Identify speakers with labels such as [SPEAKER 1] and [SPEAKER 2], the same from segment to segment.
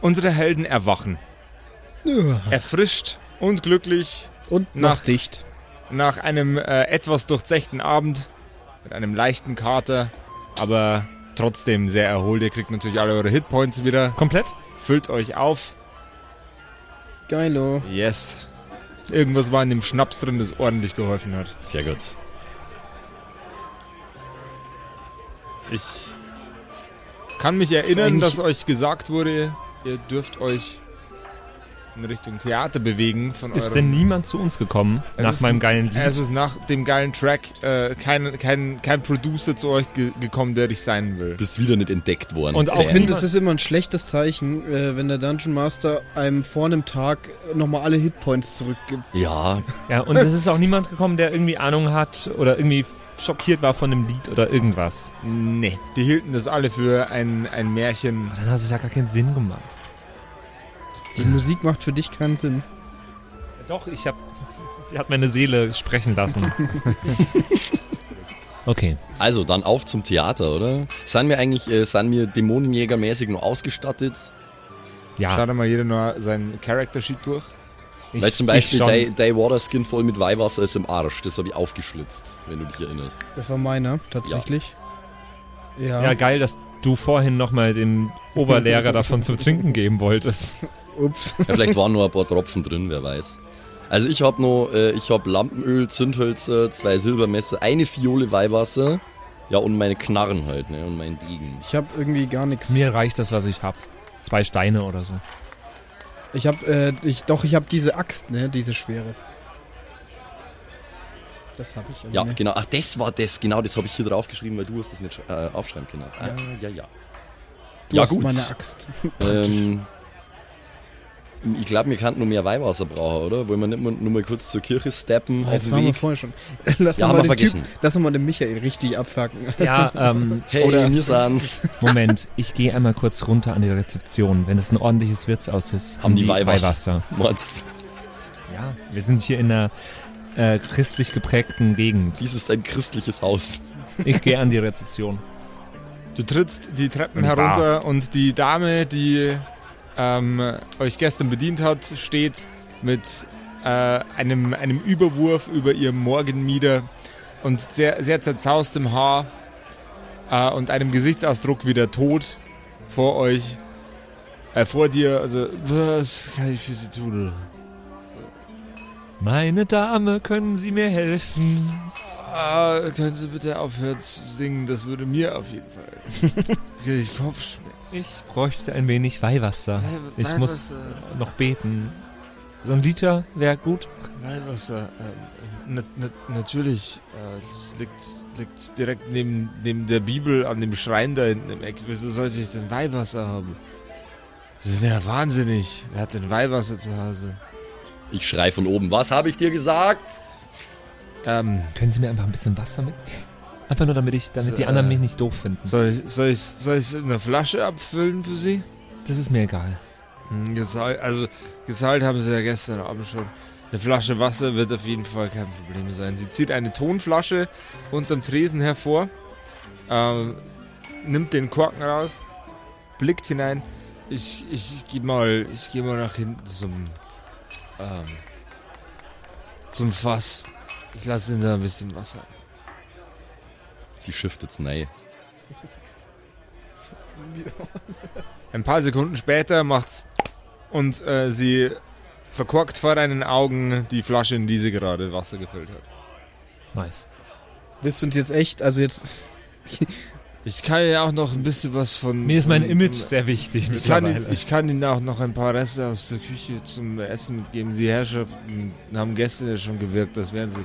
[SPEAKER 1] Unsere Helden erwachen. Erfrischt und glücklich
[SPEAKER 2] Und noch
[SPEAKER 1] Nach-
[SPEAKER 2] dicht.
[SPEAKER 1] nach einem äh, etwas durchzechten Abend mit einem leichten Kater, aber trotzdem sehr erholt. Ihr kriegt natürlich alle eure Hitpoints wieder.
[SPEAKER 3] Komplett?
[SPEAKER 1] Füllt euch auf.
[SPEAKER 2] Geilo.
[SPEAKER 1] Yes. Irgendwas war in dem Schnaps drin, das ordentlich geholfen hat.
[SPEAKER 4] Sehr gut.
[SPEAKER 1] Ich kann mich erinnern,
[SPEAKER 2] eigentlich-
[SPEAKER 1] dass euch gesagt wurde, ihr dürft euch in Richtung Theater bewegen von
[SPEAKER 3] Ist denn
[SPEAKER 1] eurem.
[SPEAKER 3] niemand zu uns gekommen
[SPEAKER 1] Es
[SPEAKER 3] nach
[SPEAKER 1] ist-
[SPEAKER 3] meinem geilen Lied?
[SPEAKER 1] es ist nach dem geilen Track äh, kein, kein, kein Producer zu euch ge gekommen, der ich sein will.
[SPEAKER 4] Bist wieder nicht entdeckt worden. Äh,
[SPEAKER 3] Und auch
[SPEAKER 2] Ich finde,
[SPEAKER 3] niemand-
[SPEAKER 2] es ist immer ein schlechtes Zeichen, äh, wenn der Dungeon Master einem vor einem Tag nochmal alle Hitpoints zurückgibt.
[SPEAKER 4] Ja,
[SPEAKER 3] Ja, und es ist auch niemand gekommen, der irgendwie Ahnung hat oder irgendwie schockiert war von dem Lied oder irgendwas.
[SPEAKER 1] Nee. Die hielten das alle für ein, ein Märchen.
[SPEAKER 3] Dann hat es ja gar keinen Sinn gemacht.
[SPEAKER 2] Die Musik macht für dich keinen Sinn.
[SPEAKER 3] Doch, ich habe. Sie hat meine Seele sprechen lassen. okay.
[SPEAKER 4] also dann auf zum Theater, oder? Sind wir eigentlich, äh, sind wir Dämonenjägermäßig noch ausgestattet?
[SPEAKER 3] Ja,
[SPEAKER 1] Schaut mal jeder nur seinen Character Sheet durch.
[SPEAKER 3] ich,
[SPEAKER 4] Weil zum
[SPEAKER 3] ich
[SPEAKER 4] Beispiel
[SPEAKER 3] schon.
[SPEAKER 4] Day, Day Water Skin voll mit Weihwasser ist im Arsch. Das habe ich aufgeschlitzt, wenn du dich erinnerst.
[SPEAKER 2] Das war meiner, tatsächlich. Ja.
[SPEAKER 3] Ja, geil, dass du vorhin nochmal dem Oberlehrer davon zu trinken geben wolltest.
[SPEAKER 2] Ups.
[SPEAKER 4] Ja, vielleicht waren noch ein paar Tropfen drin, wer weiß. Also ich habe noch, äh, ich habe Lampenöl, Zündhölzer, zwei Silbermesser, eine Fiole Weihwasser. Ja, und meine Knarren halt, ne? Und meinen Degen.
[SPEAKER 2] Ich habe irgendwie gar nichts.
[SPEAKER 3] Mir reicht das, was ich hab. Zwei Steine oder so.
[SPEAKER 2] Ich habe, äh, ich, doch, ich habe diese Axt, ne, diese schwere. Das habe ich.
[SPEAKER 4] Ja,
[SPEAKER 2] irgendwie.
[SPEAKER 4] genau. Ach, das war das, genau, das habe ich hier draufgeschrieben, weil du hast das nicht äh, aufschreiben können. Ah, ja, ja.
[SPEAKER 2] du
[SPEAKER 4] ja,
[SPEAKER 2] hast
[SPEAKER 4] gut.
[SPEAKER 2] meine Axt.
[SPEAKER 4] Ähm, ich glaube, wir könnten noch mehr Weihwasser brauchen, oder? Wollen wir nicht mal, nur mal kurz zur Kirche steppen?
[SPEAKER 2] Ah,
[SPEAKER 4] auf
[SPEAKER 2] Jetzt
[SPEAKER 4] den
[SPEAKER 2] waren wir
[SPEAKER 4] Weg?
[SPEAKER 2] vorher schon. Lass
[SPEAKER 4] also Ja,
[SPEAKER 2] doch mal
[SPEAKER 4] haben wir
[SPEAKER 2] den
[SPEAKER 4] vergessen.
[SPEAKER 2] Typ, lass doch mal den Michael richtig abfacken.
[SPEAKER 3] Ja, ähm,
[SPEAKER 4] Hey,
[SPEAKER 3] oder
[SPEAKER 4] wir sind's.
[SPEAKER 3] Moment, ich gehe einmal kurz runter an die Rezeption. Wenn es ein ordentliches Wirtshaus ist,
[SPEAKER 4] Haben die Weihwasser.
[SPEAKER 3] Weihwasser.
[SPEAKER 4] Meinst,
[SPEAKER 3] Ja, wir sind hier in einer äh, christlich geprägten Gegend.
[SPEAKER 4] dies ist ein christliches Haus.
[SPEAKER 3] Ich gehe an die Rezeption.
[SPEAKER 1] Du trittst die Treppen
[SPEAKER 3] Und
[SPEAKER 1] herunter und die Dame, die ähm, euch gestern bedient hat, steht mit äh, einem, einem Überwurf über ihr Morgenmieder und sehr, sehr zerzaustem Haar äh, und einem Gesichtsausdruck wie der Tod vor euch, äh, vor dir. Also, was kann ich für sie tun?
[SPEAKER 3] Meine Dame, können Sie mir helfen?
[SPEAKER 1] Ah, können Sie bitte aufhören zu singen? Das würde mir auf jeden Fall. ich Kopfschmerzen.
[SPEAKER 3] Ich bräuchte ein wenig Weihwasser. Ich muss noch beten. So ein Liter wäre gut.
[SPEAKER 1] Weihwasser, ähm, na, na, natürlich, äh, das liegt, liegt direkt neben, neben der Bibel an dem Schrein da hinten im Eck. Wieso sollte ich denn Weihwasser haben? Sie sind ja wahnsinnig. Wer hat denn Weihwasser zu Hause?
[SPEAKER 4] Ich schrei von oben, was habe ich dir gesagt?
[SPEAKER 1] Ähm,
[SPEAKER 3] Können Sie mir einfach ein bisschen Wasser mit? Einfach nur, damit ich, damit
[SPEAKER 1] So,
[SPEAKER 3] die anderen
[SPEAKER 1] äh,
[SPEAKER 3] mich nicht doof finden.
[SPEAKER 1] soll ich, soll ich, soll ich in einer Flasche abfüllen für Sie?
[SPEAKER 3] Das ist mir egal.
[SPEAKER 1] Hm, Gezahlt, also, gezahlt haben Sie ja gestern Abend schon. Eine Flasche Wasser wird auf jeden Fall kein Problem sein. Sie zieht eine Tonflasche unterm Tresen hervor, ähm, nimmt den Korken raus, blickt hinein. Ich, ich, ich gehe mal, ich geh mal nach hinten zum, ähm, zum Fass. Ich lasse Ihnen da ein bisschen Wasser.
[SPEAKER 4] Sie shiftet's nein.
[SPEAKER 1] Ein paar Sekunden später macht's und äh, sie verkorkt vor deinen Augen die Flasche, in die sie gerade Wasser gefüllt hat.
[SPEAKER 3] Nice.
[SPEAKER 2] Willst du uns jetzt echt, also jetzt,
[SPEAKER 1] Ich kann ja auch noch ein bisschen was von.
[SPEAKER 3] Mir ist mein
[SPEAKER 1] von-
[SPEAKER 3] Image
[SPEAKER 1] Von,
[SPEAKER 3] sehr wichtig
[SPEAKER 1] ich, kann
[SPEAKER 3] mittlerweile.
[SPEAKER 1] Ihnen, ich kann Ihnen auch noch ein paar Reste aus der Küche zum Essen mitgeben. Die Herrschaften haben gestern ja schon gewirkt, das wären sie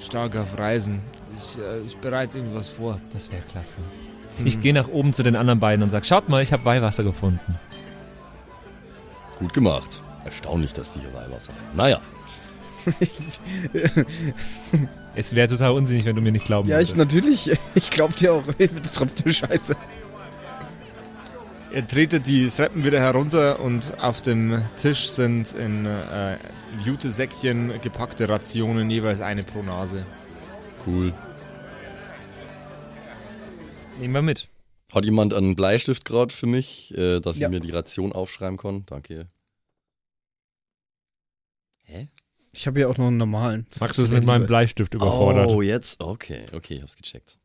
[SPEAKER 1] stark auf Reisen. Ich, äh, ich bereite Ihnen was vor.
[SPEAKER 3] das wäre klasse. Ich
[SPEAKER 1] Mhm.
[SPEAKER 3] gehe nach oben zu den anderen beiden und sage, schaut mal, ich habe Weihwasser gefunden.
[SPEAKER 4] Gut gemacht. Erstaunlich, dass die hier Weihwasser haben. Naja,
[SPEAKER 3] Es wäre total unsinnig, wenn du mir nicht glauben
[SPEAKER 2] ja, ich
[SPEAKER 3] würdest.
[SPEAKER 2] natürlich, ich glaub dir auch, ich finde das trotzdem scheiße.
[SPEAKER 1] Hm. Er tretet die Treppen wieder herunter und auf dem Tisch sind in äh, Jutesäckchen gepackte Rationen, jeweils eine pro Nase.
[SPEAKER 4] cool.
[SPEAKER 3] Nehmen wir mit.
[SPEAKER 4] Hat jemand einen Bleistift gerade für mich, äh, dass
[SPEAKER 2] Ja.
[SPEAKER 4] ich mir die Ration aufschreiben kann? Danke. Hä?
[SPEAKER 2] Ich habe ja auch noch einen normalen.
[SPEAKER 3] Max ist mit meinem Bleistift überfordert.
[SPEAKER 4] Oh, jetzt? Okay, okay, ich hab's gecheckt.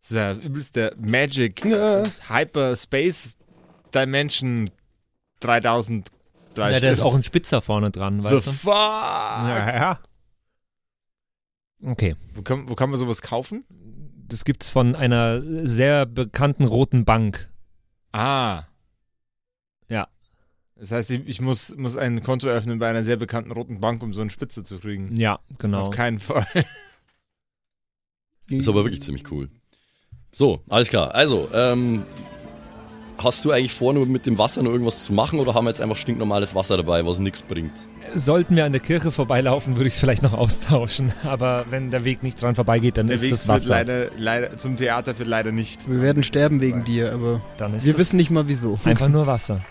[SPEAKER 1] Das ist ja übelst der Magic
[SPEAKER 2] Ja.
[SPEAKER 1] Hyperspace Dimension 3000
[SPEAKER 3] ja,
[SPEAKER 1] Bleistift.
[SPEAKER 3] da ist auch ein Spitzer vorne dran, weißt
[SPEAKER 1] The
[SPEAKER 3] du?
[SPEAKER 1] fuck!
[SPEAKER 3] ja. Okay.
[SPEAKER 1] Wo, kann, wo kann man sowas kaufen?
[SPEAKER 3] Das gibt's von einer sehr bekannten roten Bank.
[SPEAKER 1] Ah.
[SPEAKER 3] Ja.
[SPEAKER 1] Das heißt, ich, ich muss, muss ein Konto öffnen bei einer sehr bekannten roten Bank, um so eine Spitze zu kriegen.
[SPEAKER 3] Ja, genau.
[SPEAKER 1] Auf keinen Fall.
[SPEAKER 4] Ist aber wirklich ziemlich cool. So, alles klar. Also, ähm, hast du eigentlich vor, nur mit dem Wasser noch irgendwas zu machen oder haben wir jetzt einfach stinknormales Wasser dabei, was nichts bringt?
[SPEAKER 3] Sollten wir an der Kirche vorbeilaufen, würde ich es vielleicht noch austauschen. Aber wenn der Weg nicht dran vorbeigeht, dann
[SPEAKER 1] Der
[SPEAKER 3] ist
[SPEAKER 1] Weg
[SPEAKER 3] das
[SPEAKER 1] führt
[SPEAKER 3] Wasser.
[SPEAKER 1] leider, leider, zum Theater führt leider nicht.
[SPEAKER 2] Wir werden sterben wegen dir, aber
[SPEAKER 3] dann ist
[SPEAKER 2] wir
[SPEAKER 3] es
[SPEAKER 2] wissen nicht mal wieso.
[SPEAKER 3] einfach nur Wasser.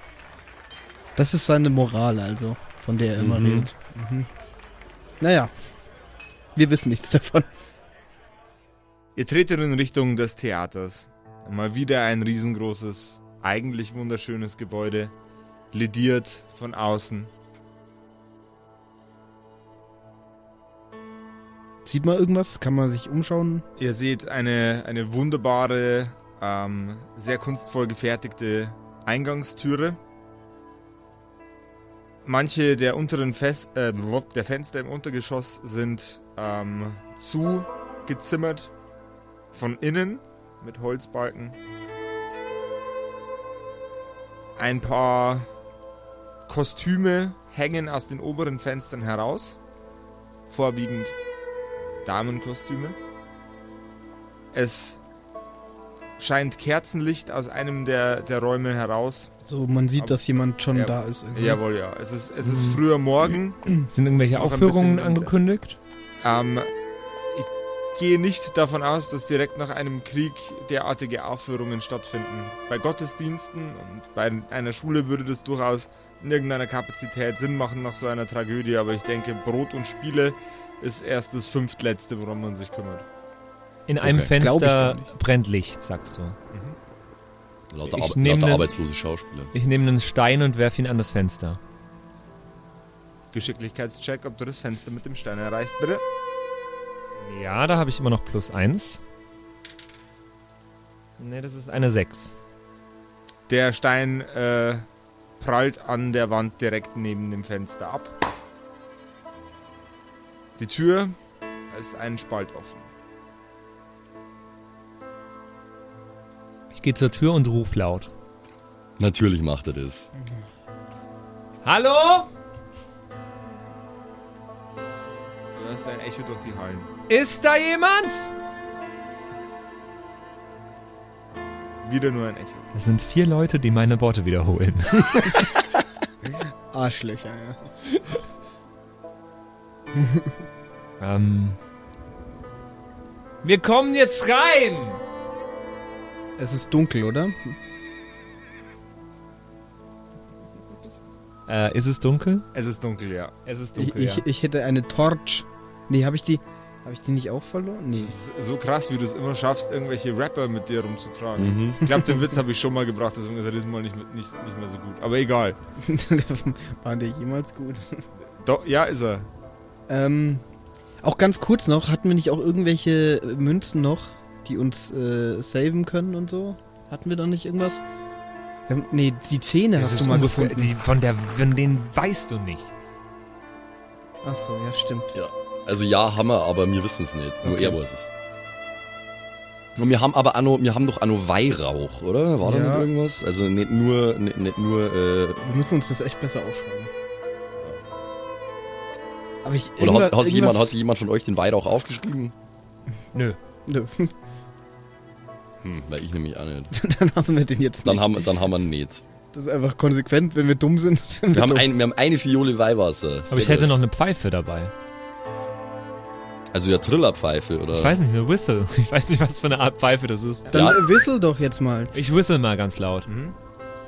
[SPEAKER 2] Das ist seine Moral also, von der er immer
[SPEAKER 4] Mhm.
[SPEAKER 2] redet. Mhm. Naja, wir wissen nichts davon.
[SPEAKER 1] Ihr tretet in Richtung des Theaters. Mal wieder ein riesengroßes, eigentlich wunderschönes Gebäude, lediert von außen.
[SPEAKER 2] Sieht man irgendwas? Kann man sich umschauen?
[SPEAKER 1] Ihr seht eine, eine wunderbare, ähm, sehr kunstvoll gefertigte Eingangstüre. Manche der unteren Fes äh, wop, der Fenster im Untergeschoss sind ähm, zugezimmert von innen mit Holzbalken. Ein paar Kostüme hängen aus den oberen Fenstern heraus, vorwiegend Damenkostüme. Es scheint Kerzenlicht aus einem der, der Räume heraus.
[SPEAKER 2] So, man sieht,
[SPEAKER 1] Aber-
[SPEAKER 2] dass jemand schon
[SPEAKER 1] Ja.
[SPEAKER 2] da ist. irgendwie.
[SPEAKER 1] Jawohl, ja. Es ist, es ist
[SPEAKER 2] Mhm.
[SPEAKER 1] früher Morgen.
[SPEAKER 3] Sind irgendwelche
[SPEAKER 1] Noch ein
[SPEAKER 3] Aufführungen
[SPEAKER 1] bisschen-
[SPEAKER 3] angekündigt?
[SPEAKER 1] Ähm, ich gehe nicht davon aus, dass direkt nach einem Krieg derartige Aufführungen stattfinden. Bei Gottesdiensten und bei einer Schule würde das durchaus in irgendeiner Kapazität Sinn machen nach so einer Tragödie, aber ich denke, Brot und Spiele ist erst das fünftletzte, worum man sich kümmert.
[SPEAKER 3] In einem
[SPEAKER 4] Okay.
[SPEAKER 2] Glaub ich
[SPEAKER 3] Fenster
[SPEAKER 2] gar
[SPEAKER 3] brennt Licht, sagst du.
[SPEAKER 4] Lauter,
[SPEAKER 3] Ich
[SPEAKER 4] Ar
[SPEAKER 3] nehme
[SPEAKER 4] lauter
[SPEAKER 3] ne-
[SPEAKER 4] arbeitslose Schauspieler.
[SPEAKER 3] Ich nehme einen Stein und werfe ihn an das Fenster.
[SPEAKER 1] Geschicklichkeitscheck, ob du das Fenster mit dem Stein erreichst, bitte.
[SPEAKER 3] Ja, da habe ich immer noch plus eins. Ne, das ist eine sechs.
[SPEAKER 1] Der Stein äh, prallt an der Wand direkt neben dem Fenster ab. Die Tür ist einen Spalt offen.
[SPEAKER 3] Ich gehe zur Tür und rufe laut.
[SPEAKER 4] Natürlich macht er das.
[SPEAKER 3] Hallo?
[SPEAKER 1] Du hörst ein Echo durch die Hallen.
[SPEAKER 3] Ist da jemand?
[SPEAKER 1] Wieder nur ein Echo.
[SPEAKER 3] Das sind vier Leute, die meine Worte wiederholen.
[SPEAKER 2] Arschlöcher, ja.
[SPEAKER 3] Ähm. Wir kommen jetzt rein!
[SPEAKER 2] Es ist dunkel, oder?
[SPEAKER 3] Äh, ist es dunkel?
[SPEAKER 1] Es ist dunkel, ja.
[SPEAKER 3] Es ist
[SPEAKER 2] Ich, ich, ich hätte eine Torch. Nee, habe ich die. Habe ich die nicht auch verloren?
[SPEAKER 1] Es
[SPEAKER 2] Nee.
[SPEAKER 1] ist so krass, wie du es immer schaffst, irgendwelche Rapper mit dir rumzutragen.
[SPEAKER 4] Mhm.
[SPEAKER 1] Ich glaube, den Witz habe ich schon mal gebracht, deswegen ist er dieses Mal nicht, mit- nicht, nicht mehr so gut. Aber egal.
[SPEAKER 2] War der jemals gut?
[SPEAKER 1] Do ja, ist er.
[SPEAKER 2] Ähm, auch ganz kurz noch, hatten wir nicht auch irgendwelche äh, Münzen noch, die uns äh, saven können und so? Hatten wir da nicht irgendwas? Wir haben, nee, die Zähne
[SPEAKER 3] Das
[SPEAKER 2] hast
[SPEAKER 3] ist
[SPEAKER 2] du mal
[SPEAKER 3] ungefähr,
[SPEAKER 2] gefunden.
[SPEAKER 3] die, von, der, von denen weißt du nichts.
[SPEAKER 2] Ach so, ja, stimmt.
[SPEAKER 4] Also ja, haben wir, aber wir wissen es nicht. Nur
[SPEAKER 2] Okay.
[SPEAKER 4] er weiß es. Und wir haben aber Anno, wir haben doch Anno Weihrauch, oder? War da
[SPEAKER 2] Ja.
[SPEAKER 4] noch irgendwas? Also nicht nur, nicht, nicht nur, äh,
[SPEAKER 2] Wir müssen uns das echt besser aufschreiben. Aber ich.
[SPEAKER 4] oder
[SPEAKER 2] irgendwas-
[SPEAKER 4] hat, hat, sich jemand, hat
[SPEAKER 2] irgendwas-
[SPEAKER 4] sich jemand von euch den Weihrauch aufgeschrieben?
[SPEAKER 3] Nö.
[SPEAKER 2] Nö,
[SPEAKER 4] Hm, weil ich nämlich auch nicht.
[SPEAKER 2] dann haben wir den jetzt
[SPEAKER 4] Dann
[SPEAKER 2] nicht.
[SPEAKER 4] haben, dann haben wir ihn nicht.
[SPEAKER 2] das ist einfach konsequent, wenn wir dumm sind. Sind
[SPEAKER 4] Wir haben,
[SPEAKER 2] dumm.
[SPEAKER 4] ein, wir haben eine Fiole Weihwasser. Sehr
[SPEAKER 3] Aber ich hätte
[SPEAKER 4] gut.
[SPEAKER 3] noch eine Pfeife dabei.
[SPEAKER 4] Also der Trillerpfeife, oder?
[SPEAKER 3] Ich weiß nicht, eine Whistle. Ich weiß nicht, was für eine Art Pfeife das ist.
[SPEAKER 2] Dann
[SPEAKER 4] Ja.
[SPEAKER 2] äh, whistle doch jetzt mal.
[SPEAKER 3] Ich whistle mal ganz laut.
[SPEAKER 1] Mhm.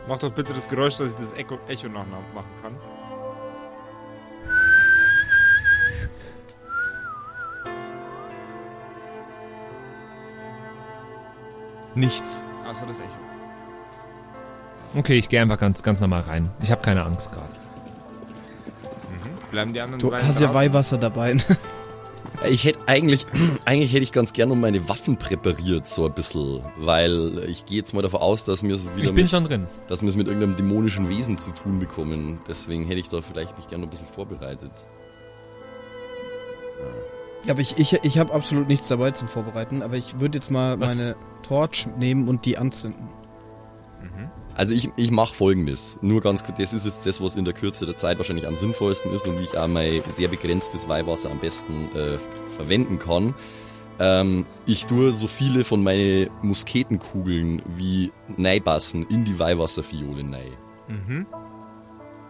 [SPEAKER 1] Mach doch bitte das Geräusch, dass ich das Echo, Echo nachmachen kann. Nichts. Außer das Echo.
[SPEAKER 3] Okay, ich gehe einfach ganz, ganz normal rein. Ich habe keine Angst gerade.
[SPEAKER 1] Bleiben die anderen
[SPEAKER 2] Du
[SPEAKER 1] beiden
[SPEAKER 2] hast ja
[SPEAKER 1] draußen?
[SPEAKER 2] Weihwasser dabei. ne?
[SPEAKER 4] Ich hätte eigentlich, eigentlich hätte ich ganz gerne um meine Waffen präpariert, so ein bisschen. Weil ich gehe jetzt mal davon aus, dass wir es wieder
[SPEAKER 3] Ich bin
[SPEAKER 4] mit,
[SPEAKER 3] schon drin.
[SPEAKER 4] dass wir es mit irgendeinem dämonischen Wesen zu tun bekommen. Deswegen hätte ich da vielleicht mich gerne ein bisschen vorbereitet.
[SPEAKER 2] Ja, aber ich, ich, ich habe absolut nichts dabei zum Vorbereiten, aber ich würde jetzt mal
[SPEAKER 3] Was?
[SPEAKER 2] meine Torch nehmen und die anzünden.
[SPEAKER 4] Also ich, ich mache folgendes. Nur ganz kurz, das ist jetzt das, was in der Kürze der Zeit wahrscheinlich am sinnvollsten ist und wie ich auch mein sehr begrenztes Weihwasser am besten äh, verwenden kann. Ähm, ich tue so viele von meinen Musketenkugeln wie Neibassen in die Weihwasserfiole nei.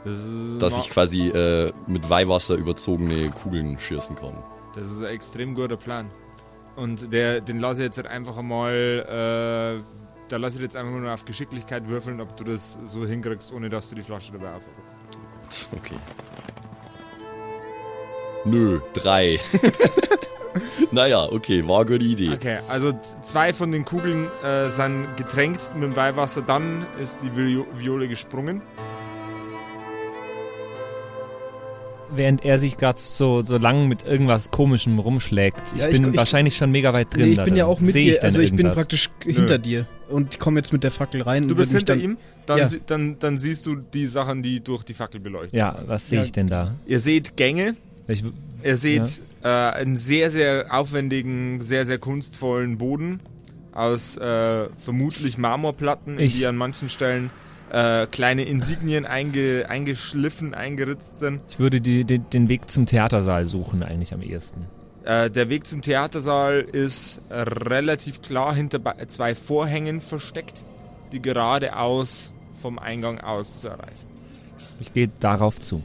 [SPEAKER 1] Das ist,
[SPEAKER 4] Dass ich quasi äh, mit Weihwasser überzogene Kugeln schießen kann.
[SPEAKER 1] das ist ein extrem guter Plan. Und der, den lasse ich jetzt halt einfach einmal. Äh, da lasse ich jetzt einfach nur auf Geschicklichkeit würfeln, ob du das so hinkriegst, ohne dass du die Flasche dabei aufhörst.
[SPEAKER 4] Gut, okay. Nö, drei. naja, okay, war eine gute Idee.
[SPEAKER 1] Okay, also z- zwei von den Kugeln äh, sind getränkt mit dem Weihwasser, dann ist die Vi Viole gesprungen.
[SPEAKER 3] Während er sich gerade so, so lang mit irgendwas Komischem rumschlägt. Ich
[SPEAKER 2] Ja, ich-
[SPEAKER 3] bin
[SPEAKER 2] ich-
[SPEAKER 3] wahrscheinlich schon mega weit drin.
[SPEAKER 2] nee, ich bin
[SPEAKER 3] darin.
[SPEAKER 2] ja auch mit
[SPEAKER 3] Seh
[SPEAKER 2] dir,
[SPEAKER 3] ich denn
[SPEAKER 2] also ich bin
[SPEAKER 3] irgendwas?
[SPEAKER 2] praktisch hinter dir und komme jetzt mit der Fackel rein.
[SPEAKER 1] Du
[SPEAKER 2] und
[SPEAKER 1] bist
[SPEAKER 2] würd
[SPEAKER 1] hinter
[SPEAKER 2] mich dann,
[SPEAKER 1] ihm, dann,
[SPEAKER 2] Ja.
[SPEAKER 1] sie- dann, dann siehst du die Sachen, die durch die Fackel beleuchtet
[SPEAKER 3] Ja,
[SPEAKER 1] sind.
[SPEAKER 3] was sehe
[SPEAKER 2] Ja.
[SPEAKER 3] ich denn da?
[SPEAKER 1] Ihr seht Gänge,
[SPEAKER 3] Ich,
[SPEAKER 1] Ihr seht äh, einen sehr, sehr aufwendigen, sehr, sehr kunstvollen Boden aus äh, vermutlich Marmorplatten, in
[SPEAKER 3] Ich-
[SPEAKER 1] die an manchen Stellen äh, kleine Insignien einge, eingeschliffen, eingeritzt sind.
[SPEAKER 3] ich würde die, die, den Weg zum Theatersaal suchen eigentlich am ehesten.
[SPEAKER 1] Äh, der Weg zum Theatersaal ist relativ klar hinter bei- zwei Vorhängen versteckt, die geradeaus vom Eingang aus zu erreichen.
[SPEAKER 3] Ich gehe darauf zu.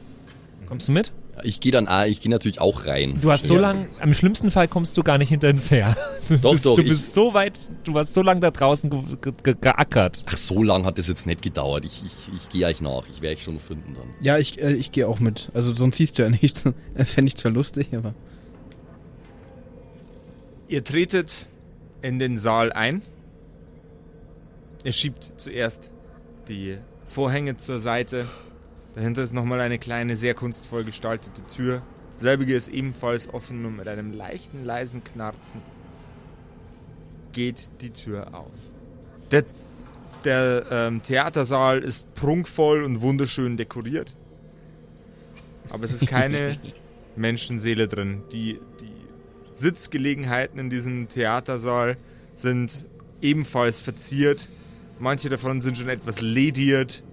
[SPEAKER 3] Kommst du mit?
[SPEAKER 4] Ich gehe dann, ah, ich gehe natürlich auch rein.
[SPEAKER 3] Du hast so
[SPEAKER 4] Ja.
[SPEAKER 3] lang, am schlimmsten Fall kommst du gar nicht hinter uns her. Du
[SPEAKER 4] Doch,
[SPEAKER 3] bist,
[SPEAKER 4] doch,
[SPEAKER 3] Du
[SPEAKER 4] ich-
[SPEAKER 3] bist so weit, du warst so lang da draußen ge ge ge geackert.
[SPEAKER 4] Ach, so lang hat es jetzt nicht gedauert. Ich, ich, ich gehe euch nach. Ich werde euch schon finden dann.
[SPEAKER 2] Ja, ich, äh, ich gehe auch mit. Also sonst siehst du ja nichts. Fände ich zwar lustig, aber.
[SPEAKER 1] Ihr tretet in den Saal ein. Ihr schiebt zuerst die Vorhänge zur Seite. Dahinter ist nochmal eine kleine, sehr kunstvoll gestaltete Tür. Selbige ist ebenfalls offen und mit einem leichten, leisen Knarzen geht die Tür auf. Der, der ähm, Theatersaal ist prunkvoll und wunderschön dekoriert. Aber es ist keine Menschenseele drin. Die, die Sitzgelegenheiten in diesem Theatersaal sind ebenfalls verziert. Manche davon sind schon etwas lediert.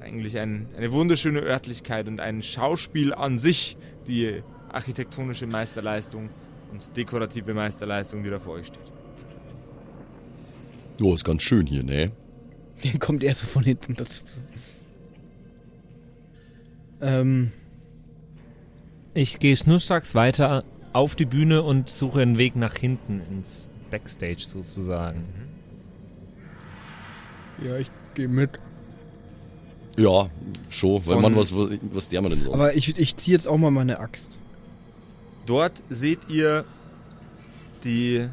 [SPEAKER 1] Eigentlich ein, eine wunderschöne Örtlichkeit und ein Schauspiel an sich, die architektonische Meisterleistung und dekorative Meisterleistung, die da vor euch steht.
[SPEAKER 4] Ja, ist ganz schön hier, ne?
[SPEAKER 2] Der kommt eher so von hinten dazu. Ähm,
[SPEAKER 3] Ich gehe schnurstracks weiter auf die Bühne und suche einen Weg nach hinten ins Backstage sozusagen.
[SPEAKER 2] ja, ich gehe mit.
[SPEAKER 4] Ja, schon. Weil
[SPEAKER 1] Von-
[SPEAKER 4] man, was, was, was der man denn sonst?
[SPEAKER 2] Aber ich, ich ziehe jetzt auch mal meine Axt.
[SPEAKER 1] Dort seht ihr die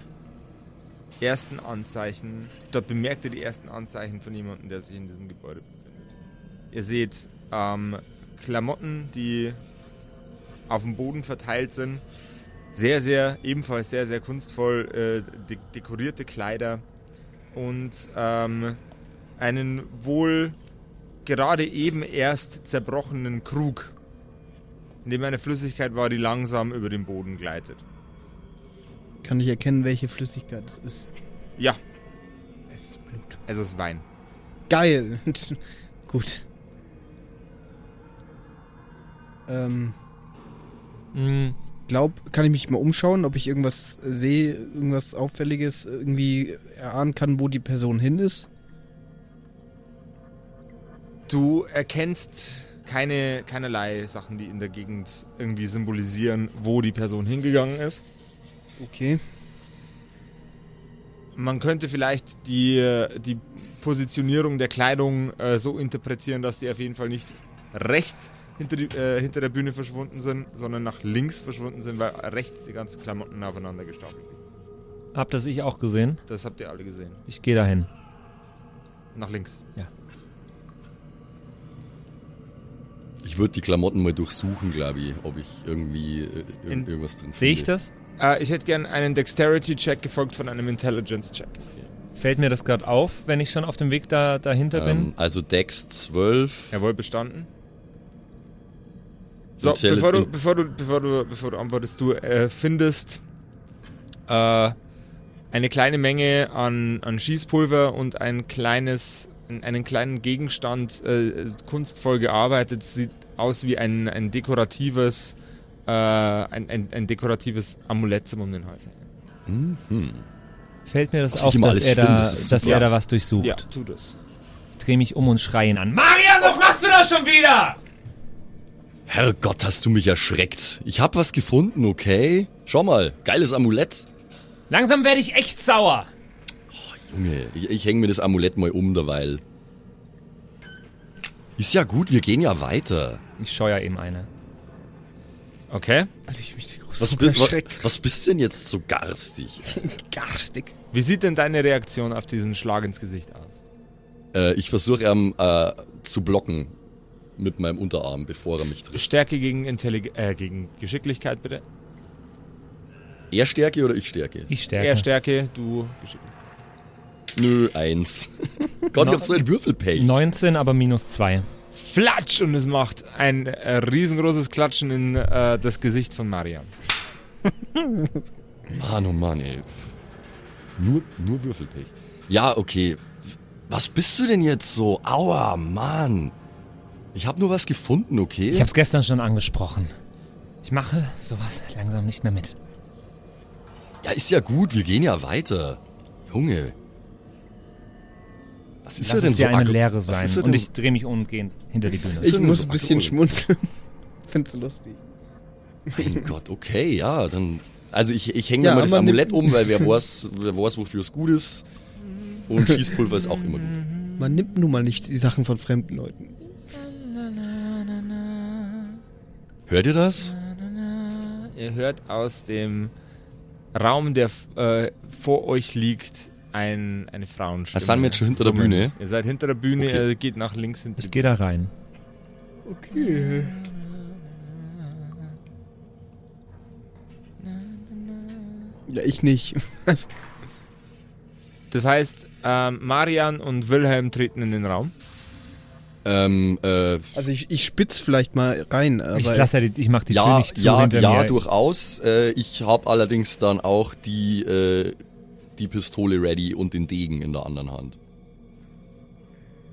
[SPEAKER 1] ersten Anzeichen. Dort bemerkt ihr die ersten Anzeichen von jemandem, der sich in diesem Gebäude befindet. Ihr seht ähm, Klamotten, die auf dem Boden verteilt sind. Sehr, sehr, ebenfalls sehr, sehr kunstvoll äh, de dekorierte Kleider und ähm, einen wohl gerade eben erst zerbrochenen Krug in dem eine Flüssigkeit war, die langsam über den Boden gleitet.
[SPEAKER 2] Kann ich erkennen, welche Flüssigkeit es ist.
[SPEAKER 1] Ja,
[SPEAKER 2] Es ist Blut.
[SPEAKER 1] es ist Wein.
[SPEAKER 2] Geil. Gut. Ähm,
[SPEAKER 3] Mhm.
[SPEAKER 2] glaub, kann ich mich mal umschauen, ob ich irgendwas äh, sehe, irgendwas Auffälliges, irgendwie erahnen kann, wo die Person hin ist.
[SPEAKER 1] Du erkennst keine, keinerlei Sachen, die in der Gegend irgendwie symbolisieren, wo die Person hingegangen ist.
[SPEAKER 2] Okay.
[SPEAKER 1] Man könnte vielleicht die, die Positionierung der Kleidung äh, so interpretieren, dass die auf jeden Fall nicht rechts hinter, die, äh, hinter der Bühne verschwunden sind, sondern nach links verschwunden sind, weil rechts die ganzen Klamotten aufeinander gestapelt liegen.
[SPEAKER 3] Hab das ich auch gesehen.
[SPEAKER 1] Das habt ihr alle gesehen.
[SPEAKER 3] Ich gehe dahin.
[SPEAKER 1] Nach links.
[SPEAKER 4] Ich würde die Klamotten mal durchsuchen, glaube ich, ob ich irgendwie äh, ir-
[SPEAKER 1] In-
[SPEAKER 4] irgendwas drin finde.
[SPEAKER 3] Sehe ich das?
[SPEAKER 1] Äh, ich hätte gern einen Dexterity-Check gefolgt von einem Intelligence-Check.
[SPEAKER 3] Fällt mir das gerade auf, wenn ich schon auf dem Weg da, dahinter
[SPEAKER 4] Ähm, also Dex 12.
[SPEAKER 1] Jawohl, bestanden. So,
[SPEAKER 4] Intelli-
[SPEAKER 1] bevor du,
[SPEAKER 4] in-
[SPEAKER 1] bevor du, bevor du, bevor du antwortest, du äh, findest äh, eine kleine Menge an, an Schießpulver und ein kleines, ein- einen kleinen Gegenstand, äh, kunstvoll gearbeitet. Sieht aus wie ein, ein dekoratives, äh, ein, ein, ein dekoratives Amulett zum um den Hals. hängen.
[SPEAKER 4] Mhm.
[SPEAKER 3] bin? Fällt mir das
[SPEAKER 4] Was
[SPEAKER 3] auf,
[SPEAKER 4] ich immer
[SPEAKER 3] dass,
[SPEAKER 4] alles
[SPEAKER 3] er,
[SPEAKER 4] finde,
[SPEAKER 3] da,
[SPEAKER 4] das ist
[SPEAKER 3] dass
[SPEAKER 4] super.
[SPEAKER 3] er da was durchsucht?
[SPEAKER 1] Ja, tu das.
[SPEAKER 3] Ich drehe mich um und schreie ihn an. Marian, was machst du da schon wieder?
[SPEAKER 4] Herrgott, hast du mich erschreckt. Ich hab was gefunden, okay? Schau mal, geiles Amulett.
[SPEAKER 3] Langsam werde ich echt sauer.
[SPEAKER 4] Junge, ich, ich hänge mir das Amulett mal um derweil. Ist ja gut, wir gehen ja weiter.
[SPEAKER 3] Ich scheuer ihm eine.
[SPEAKER 1] Okay.
[SPEAKER 2] Alter, ich mich groß
[SPEAKER 4] Was, bist, wa, was bist denn jetzt so garstig?
[SPEAKER 2] Garstig.
[SPEAKER 1] Wie sieht denn deine Reaktion auf diesen Schlag ins Gesicht aus?
[SPEAKER 4] Äh, ich versuche ähm, äh, zu blocken mit meinem Unterarm, bevor er mich trifft.
[SPEAKER 1] Stärke gegen, Intellig äh, gegen Geschicklichkeit, bitte.
[SPEAKER 4] Er Stärke oder ich Stärke?
[SPEAKER 3] Ich stärke.
[SPEAKER 1] Er Stärke, du Geschicklichkeit.
[SPEAKER 4] Nö, eins. Gott, ich hab so ein Würfelpech.
[SPEAKER 3] 19, aber minus 2.
[SPEAKER 1] Flatsch! Und es macht ein äh, riesengroßes Klatschen in äh, das Gesicht von Marian.
[SPEAKER 4] Mann, oh Mann, ey. Nur, nur Würfelpech. Ja, okay. Was bist du denn jetzt so? Aua, Mann. Ich habe nur was gefunden, okay?
[SPEAKER 3] Ich hab's gestern schon angesprochen. Ich mache sowas langsam nicht mehr mit.
[SPEAKER 4] ja, ist ja gut, wir gehen ja weiter. Junge. Was ist
[SPEAKER 3] Lass
[SPEAKER 4] er denn
[SPEAKER 3] es dir
[SPEAKER 4] so
[SPEAKER 3] eine
[SPEAKER 4] aggro-
[SPEAKER 3] Lehre
[SPEAKER 4] was
[SPEAKER 3] sein.
[SPEAKER 4] ist er
[SPEAKER 3] Und
[SPEAKER 4] denn-
[SPEAKER 3] ich drehe mich um und gehe hinter die Bühne.
[SPEAKER 4] ist
[SPEAKER 2] Ich
[SPEAKER 4] denn
[SPEAKER 2] muss
[SPEAKER 4] so
[SPEAKER 2] ein bisschen
[SPEAKER 4] aggro?
[SPEAKER 2] schmunzeln. Findest du lustig?
[SPEAKER 4] Mein
[SPEAKER 3] Mhm.
[SPEAKER 4] Gott, okay, ja, dann. Also ich, ich hänge mir
[SPEAKER 2] Ja,
[SPEAKER 4] mal das
[SPEAKER 2] aber nimm-
[SPEAKER 4] Amulett um, weil wer weiß, wer weiß, wofür es gut ist. Und Schießpulver ist auch immer gut.
[SPEAKER 2] Man nimmt nun mal nicht die Sachen von fremden Leuten.
[SPEAKER 4] Hört ihr das?
[SPEAKER 1] Ihr hört aus dem Raum, der f- äh, vor euch liegt, ein, eine Frauenstimme.
[SPEAKER 4] Das sind wir jetzt schon hinter der
[SPEAKER 1] Summen.
[SPEAKER 4] Bühne?
[SPEAKER 1] Ihr seid hinter der Bühne,
[SPEAKER 4] Okay.
[SPEAKER 1] ihr geht nach links hinter
[SPEAKER 3] Ich gehe da rein.
[SPEAKER 2] Okay. Ja, ich nicht. Also,
[SPEAKER 1] Das heißt, ähm, Marian und Wilhelm treten in den Raum.
[SPEAKER 4] Ähm, äh,
[SPEAKER 2] Also ich, ich spitz vielleicht mal rein, aber
[SPEAKER 3] ich lasse die, ich mache die Tür
[SPEAKER 4] ja,
[SPEAKER 3] nicht zu
[SPEAKER 4] ja,
[SPEAKER 3] hinter
[SPEAKER 4] ja,
[SPEAKER 3] mir.
[SPEAKER 4] durchaus. Äh, ich habe allerdings dann auch die, äh, die Pistole ready und den Degen in der anderen Hand.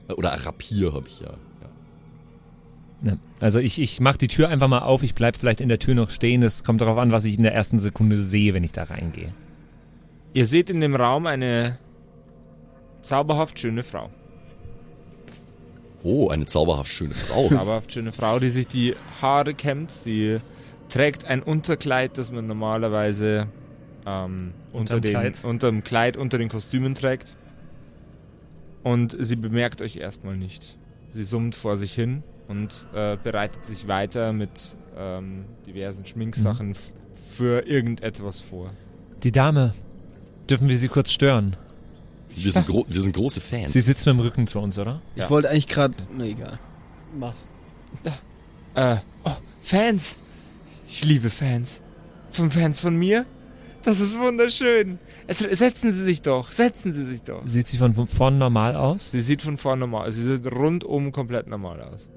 [SPEAKER 4] Äh, Oder Rapier habe ich ja. ja.
[SPEAKER 3] Ne. Also ich, ich mache die Tür einfach mal auf. Ich bleib vielleicht in der Tür noch stehen. Es kommt darauf an, was ich in der ersten Sekunde sehe, wenn ich da reingehe.
[SPEAKER 1] Ihr seht in dem Raum eine zauberhaft schöne Frau.
[SPEAKER 4] Oh, eine zauberhaft schöne Frau.
[SPEAKER 1] zauberhaft schöne Frau, die sich die Haare kämmt. Sie trägt ein Unterkleid, das man normalerweise ähm, unter,
[SPEAKER 3] Unterm
[SPEAKER 1] den,
[SPEAKER 3] Kleid?
[SPEAKER 1] unter dem Kleid, unter den Kostümen trägt. Und sie bemerkt euch erstmal nicht. Sie summt vor sich hin und äh, bereitet sich weiter mit ähm, diversen Schminksachen
[SPEAKER 3] Mhm.
[SPEAKER 1] f- für irgendetwas vor.
[SPEAKER 3] Die Dame, dürfen wir sie kurz stören?
[SPEAKER 4] Wir sind, gro wir sind große Fans.
[SPEAKER 3] Sie sitzt mit dem Rücken zu uns, oder?
[SPEAKER 2] ich
[SPEAKER 1] ja.
[SPEAKER 2] wollte eigentlich gerade... Na egal. Mach.
[SPEAKER 1] Äh, oh, Fans. Ich liebe Fans. Von Fans von mir? Das ist wunderschön. Jetzt Setzen Sie sich doch, setzen Sie sich doch.
[SPEAKER 3] Sieht sie von von vorn normal aus?
[SPEAKER 1] Sie sieht von vorn normal aus. Sie sieht rundum komplett normal aus.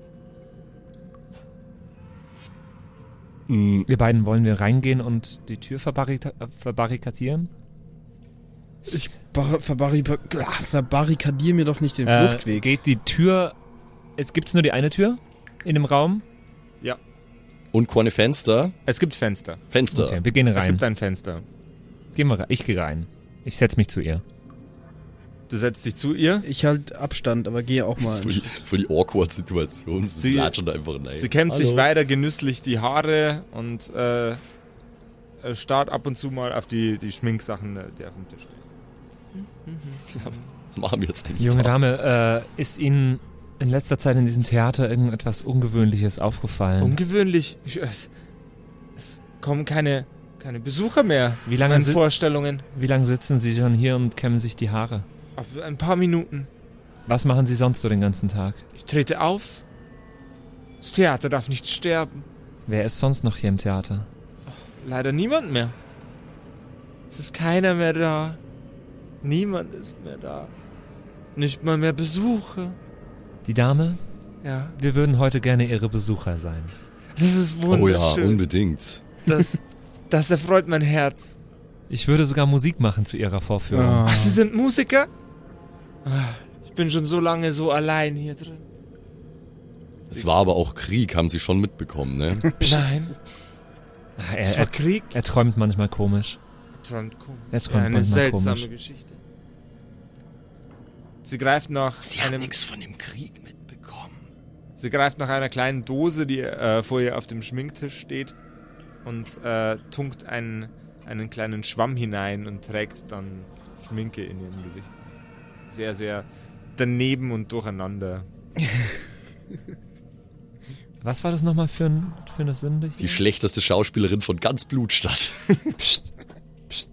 [SPEAKER 4] Mm,
[SPEAKER 3] Wir beiden wollen wir reingehen und die Tür verbarrika äh, verbarrikadieren?
[SPEAKER 2] Ich bar- verbarri- ah, verbarrikadier mir doch nicht den
[SPEAKER 3] Äh,
[SPEAKER 2] Fluchtweg.
[SPEAKER 3] Geht die Tür. Jetzt gibt's nur die eine Tür in dem Raum?
[SPEAKER 4] Und keine Fenster.
[SPEAKER 1] Es gibt Fenster.
[SPEAKER 4] Fenster.
[SPEAKER 3] Okay, wir gehen
[SPEAKER 1] Es
[SPEAKER 3] rein.
[SPEAKER 1] gibt ein Fenster.
[SPEAKER 3] Gehen wir rein. Ich gehe rein. Ich setz mich zu ihr.
[SPEAKER 1] Du setzt dich zu ihr.
[SPEAKER 2] Ich halt Abstand, aber gehe auch
[SPEAKER 4] Das
[SPEAKER 2] mal.
[SPEAKER 4] ist voll die, voll die awkward Situation. Sie,
[SPEAKER 1] Sie-
[SPEAKER 4] latschen da einfach rein.
[SPEAKER 1] Sie kämmt sich
[SPEAKER 4] Hallo.
[SPEAKER 1] weiter genüsslich die Haare und äh, äh, starrt ab und zu mal auf die, die Schminksachen, äh, die auf dem Tisch stehen.
[SPEAKER 4] Was machen wir jetzt eigentlich
[SPEAKER 3] Junge
[SPEAKER 4] da?
[SPEAKER 3] Dame, äh, ist Ihnen in letzter Zeit in diesem Theater Um irgendetwas Ungewöhnliches aufgefallen?
[SPEAKER 1] Ungewöhnlich. Ich, es, es kommen keine, keine Besucher mehr.
[SPEAKER 3] Wie
[SPEAKER 1] zu
[SPEAKER 3] lange
[SPEAKER 1] meinen
[SPEAKER 3] sind-
[SPEAKER 1] Vorstellungen?
[SPEAKER 3] Wie lange sitzen Sie schon hier und kämmen sich die Haare?
[SPEAKER 1] Ab ein paar Minuten.
[SPEAKER 3] Was machen Sie sonst so den ganzen Tag?
[SPEAKER 1] Ich trete auf. Das Theater darf nicht sterben.
[SPEAKER 3] Wer ist sonst noch hier im Theater?
[SPEAKER 1] Leider niemand mehr. Es ist keiner mehr da. Niemand ist mehr da. Nicht mal mehr Besucher.
[SPEAKER 3] Die Dame?
[SPEAKER 1] Ja,
[SPEAKER 3] Wir würden heute gerne Ihre Besucher sein.
[SPEAKER 1] das ist
[SPEAKER 4] Oh ja,
[SPEAKER 1] wunderschön.
[SPEAKER 4] unbedingt.
[SPEAKER 1] das, das erfreut mein Herz.
[SPEAKER 3] Ich würde sogar Musik machen zu Ihrer Vorführung.
[SPEAKER 2] Ah.
[SPEAKER 1] Ach, Sie sind Musiker? Ah, Ich bin schon so lange so allein hier drin.
[SPEAKER 4] Es war aber auch Krieg, haben sie schon mitbekommen, ne?
[SPEAKER 1] Nein,
[SPEAKER 3] Ach,
[SPEAKER 1] es
[SPEAKER 3] er,
[SPEAKER 1] war
[SPEAKER 3] er,
[SPEAKER 1] Krieg.
[SPEAKER 3] er träumt manchmal komisch.
[SPEAKER 1] Träumt komisch.
[SPEAKER 3] Jetzt
[SPEAKER 1] ja,
[SPEAKER 3] träumt
[SPEAKER 1] eine
[SPEAKER 3] man mal
[SPEAKER 1] seltsame
[SPEAKER 3] komisch.
[SPEAKER 1] Geschichte. Sie greift nach einem
[SPEAKER 4] von dem Krieg mitbekommen.
[SPEAKER 1] Sie greift nach einer kleinen Dose, die äh, vor ihr auf dem Schminktisch steht, und äh, tunkt einen, einen kleinen Schwamm hinein und trägt dann Schminke in ihrem Gesicht. Sehr, sehr daneben und durcheinander.
[SPEAKER 3] Was war das nochmal für, ein, für eine Sünde?
[SPEAKER 4] Die
[SPEAKER 3] Hier?
[SPEAKER 4] schlechteste Schauspielerin von ganz Blutstadt.
[SPEAKER 3] Psst. Psst.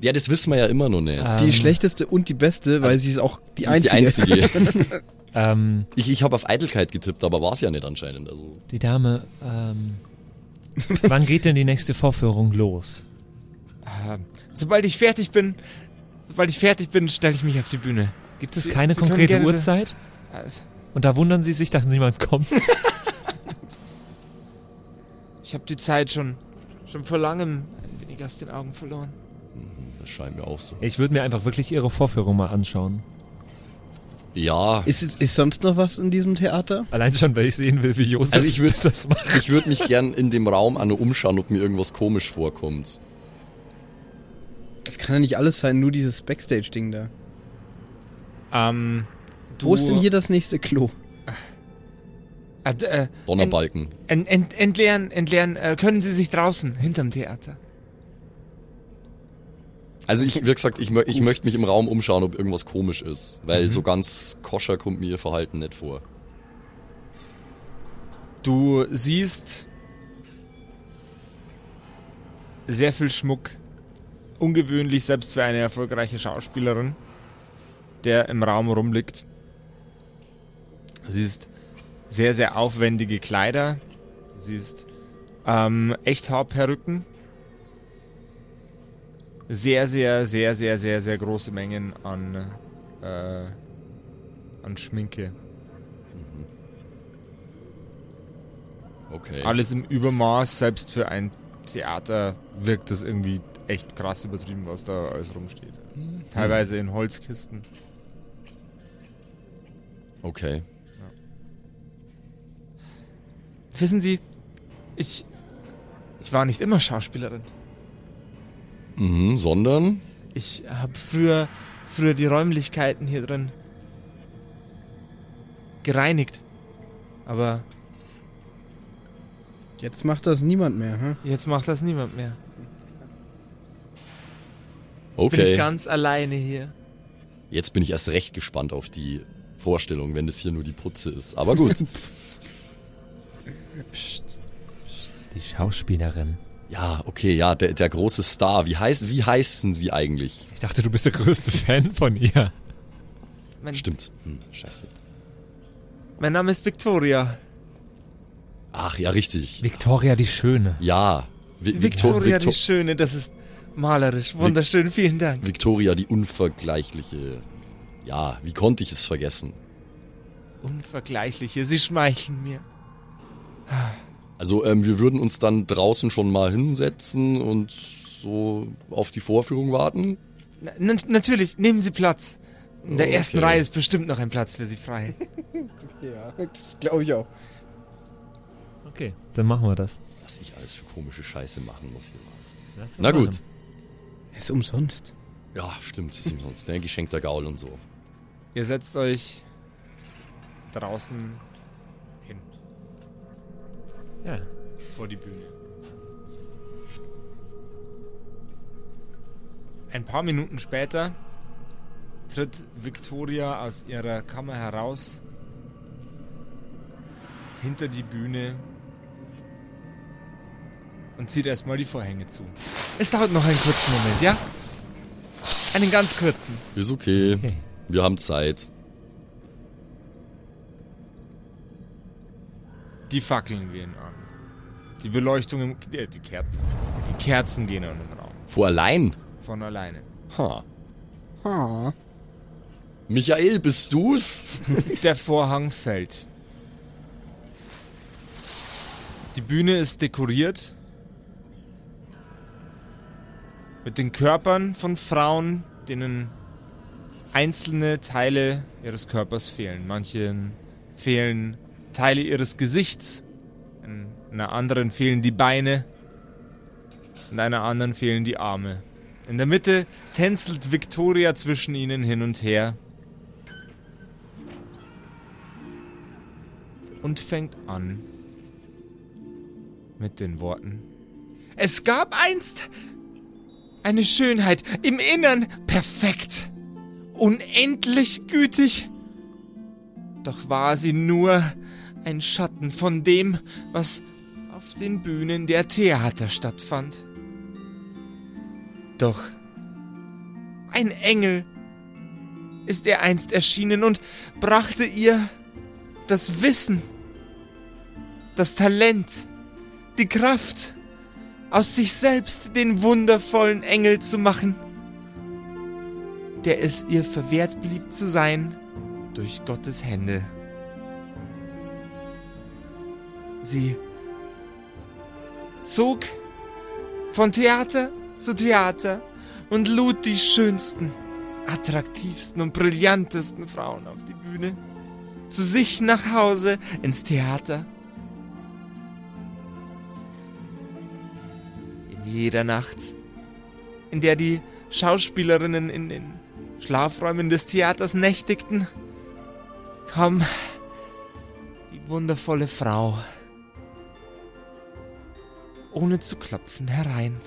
[SPEAKER 4] Ja, das wissen wir ja immer noch nicht.
[SPEAKER 3] Ah,
[SPEAKER 2] Die
[SPEAKER 3] Ähm,
[SPEAKER 2] schlechteste und die beste, weil sie ist auch die
[SPEAKER 4] Also Sie ist
[SPEAKER 2] einzige.
[SPEAKER 4] die einzige.
[SPEAKER 3] Ähm,
[SPEAKER 4] Ich, ich habe auf Eitelkeit getippt, aber war es ja nicht anscheinend. Also,
[SPEAKER 3] die Dame, ähm. wann geht denn die nächste Vorführung los?
[SPEAKER 1] Ähm, sobald ich fertig bin, sobald ich fertig bin, stelle ich mich auf die Bühne.
[SPEAKER 3] Gibt es
[SPEAKER 1] Sie-
[SPEAKER 3] keine
[SPEAKER 1] Sie können
[SPEAKER 3] konkrete
[SPEAKER 1] gerne-
[SPEAKER 3] Uhrzeit?
[SPEAKER 1] Äh,
[SPEAKER 3] Und da wundern Sie sich, dass niemand kommt.
[SPEAKER 1] Ich habe die Zeit schon, schon vor langem ein wenig aus den Augen verloren.
[SPEAKER 4] das scheint mir auch so.
[SPEAKER 3] Ich würde mir einfach wirklich Ihre Vorführung mal anschauen.
[SPEAKER 4] Ja,
[SPEAKER 2] Ist, es- ist sonst noch was in diesem Theater?
[SPEAKER 3] Allein schon, weil ich sehen will, wie Josef
[SPEAKER 4] Also ich würd-
[SPEAKER 3] das macht.
[SPEAKER 4] ich würde mich gern in dem Raum an umschauen, ob mir irgendwas komisch vorkommt.
[SPEAKER 2] Es kann ja nicht alles sein, nur dieses Backstage-Ding da.
[SPEAKER 1] Ähm, du,
[SPEAKER 2] Wo ist denn hier das nächste Klo?
[SPEAKER 1] Äh, d- äh,
[SPEAKER 4] Donnerbalken.
[SPEAKER 1] ent, ent, entleeren, entleeren. Äh, können Sie sich draußen, hinterm Theater?
[SPEAKER 4] Also ich, wie gesagt, ich, mö ich möchte mich im Raum umschauen, ob irgendwas komisch ist.
[SPEAKER 1] Mhm.
[SPEAKER 4] Weil so ganz koscher kommt mir ihr Verhalten nicht vor.
[SPEAKER 1] Du siehst sehr viel Schmuck. Ungewöhnlich selbst für eine erfolgreiche Schauspielerin, der im Raum rumliegt. Du siehst sehr, sehr aufwendige Kleider. Du siehst ähm, Echthaarperücken. Sehr, sehr, sehr, sehr, sehr, sehr große Mengen an, äh, an Schminke.
[SPEAKER 4] Okay.
[SPEAKER 1] Alles im Übermaß, selbst für ein Theater wirkt das irgendwie echt krass übertrieben, was da alles rumsteht. Teilweise in Holzkisten.
[SPEAKER 4] Okay.
[SPEAKER 1] Wissen Sie, ich. Ich war nicht immer Schauspielerin.
[SPEAKER 4] Mhm, sondern?
[SPEAKER 1] Ich habe früher, früher die Räumlichkeiten hier drin gereinigt. Aber
[SPEAKER 2] Jetzt macht das niemand mehr, hm?
[SPEAKER 1] jetzt macht das niemand mehr.
[SPEAKER 4] Okay.
[SPEAKER 1] Bin ich ganz alleine hier.
[SPEAKER 4] Jetzt bin ich erst recht gespannt auf die Vorstellung, wenn das hier nur die Putze ist. Aber gut.
[SPEAKER 3] Die Schauspielerin.
[SPEAKER 4] ja, okay, ja, der, der große Star. Wie, heißt, wie heißen sie eigentlich?
[SPEAKER 3] Ich dachte, du bist der größte Fan von ihr.
[SPEAKER 1] Mein,
[SPEAKER 4] Stimmt. Hm, scheiße.
[SPEAKER 1] mein Name ist Victoria.
[SPEAKER 4] Ach ja, richtig.
[SPEAKER 3] Victoria die Schöne.
[SPEAKER 4] Ja. Vi- Victor-
[SPEAKER 1] Victoria
[SPEAKER 4] Victor-
[SPEAKER 1] die Schöne, das ist malerisch. Wunderschön, vielen Dank.
[SPEAKER 4] Victoria, die unvergleichliche. Ja, wie konnte ich es vergessen?
[SPEAKER 1] Unvergleichliche, sie schmeicheln mir.
[SPEAKER 4] Also, ähm, wir würden uns dann draußen schon mal hinsetzen und so auf die Vorführung warten.
[SPEAKER 1] Na, na, natürlich, nehmen Sie Platz. In der
[SPEAKER 4] Okay.
[SPEAKER 1] ersten Reihe ist bestimmt noch ein Platz für Sie frei.
[SPEAKER 2] Ja, das glaube ich auch.
[SPEAKER 3] Okay, dann machen wir das.
[SPEAKER 4] Was ich alles für komische Scheiße machen muss hier. Na gut.
[SPEAKER 2] Ist umsonst.
[SPEAKER 4] Ja, stimmt. Ist umsonst, ne? Geschenkter Gaul und so.
[SPEAKER 1] Ihr setzt euch draußen hin,
[SPEAKER 3] Ja.
[SPEAKER 1] vor die Bühne. Ein paar Minuten später tritt Victoria aus ihrer Kammer heraus, hinter die Bühne und zieht erstmal die Vorhänge zu. Es dauert noch einen kurzen Moment, ja? Einen ganz kurzen.
[SPEAKER 4] Ist okay.
[SPEAKER 3] Okay.
[SPEAKER 4] Wir haben Zeit.
[SPEAKER 1] Die Fackeln gehen an. Die Beleuchtung im. Äh, die, Kerzen, die Kerzen gehen an im Raum.
[SPEAKER 4] Vor allein?
[SPEAKER 1] Von alleine.
[SPEAKER 4] Ha.
[SPEAKER 2] Ha.
[SPEAKER 4] Michael, bist du's?
[SPEAKER 1] Der Vorhang fällt. Die Bühne ist dekoriert mit den Körpern von Frauen, denen einzelne Teile ihres Körpers fehlen. Manchen fehlen Teile ihres Gesichts, in einer anderen fehlen die Beine, in einer anderen fehlen die Arme. In der Mitte tänzelt Victoria zwischen ihnen hin und her. und fängt an mit den Worten. Es gab einst eine Schönheit im Innern perfekt, unendlich gütig, doch war sie nur ein Schatten von dem, was auf den Bühnen der Theater stattfand. Doch ein Engel ist er einst erschienen und brachte ihr das Wissen, das Talent, die Kraft, aus sich selbst den wundervollen Engel zu machen, der es ihr verwehrt blieb zu sein durch Gottes Hände. Sie zog von Theater zu Theater und lud die schönsten, attraktivsten und brillantesten Frauen auf die Bühne zu sich nach Hause ins Theater. In jeder Nacht, in der die Schauspielerinnen in den Schlafräumen des Theaters nächtigten, kam die wundervolle Frau ohne zu klopfen herein.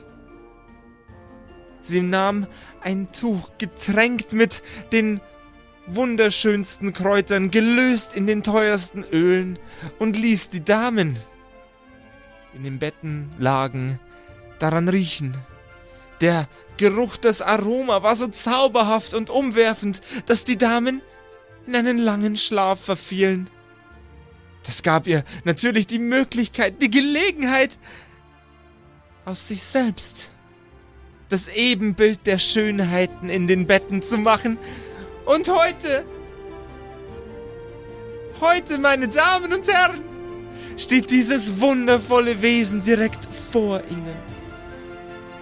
[SPEAKER 1] Sie nahm ein Tuch getränkt mit den wunderschönsten Kräutern, gelöst in den teuersten Ölen, und ließ die Damen, die in den Betten lagen, daran riechen. Der Geruch, das Aroma war so zauberhaft und umwerfend, dass die Damen in einen langen Schlaf verfielen. Das gab ihr natürlich die Möglichkeit, die Gelegenheit, aus sich selbst das Ebenbild der Schönheiten in den Betten zu machen, und heute, heute, meine Damen und Herren, steht dieses wundervolle Wesen direkt vor Ihnen.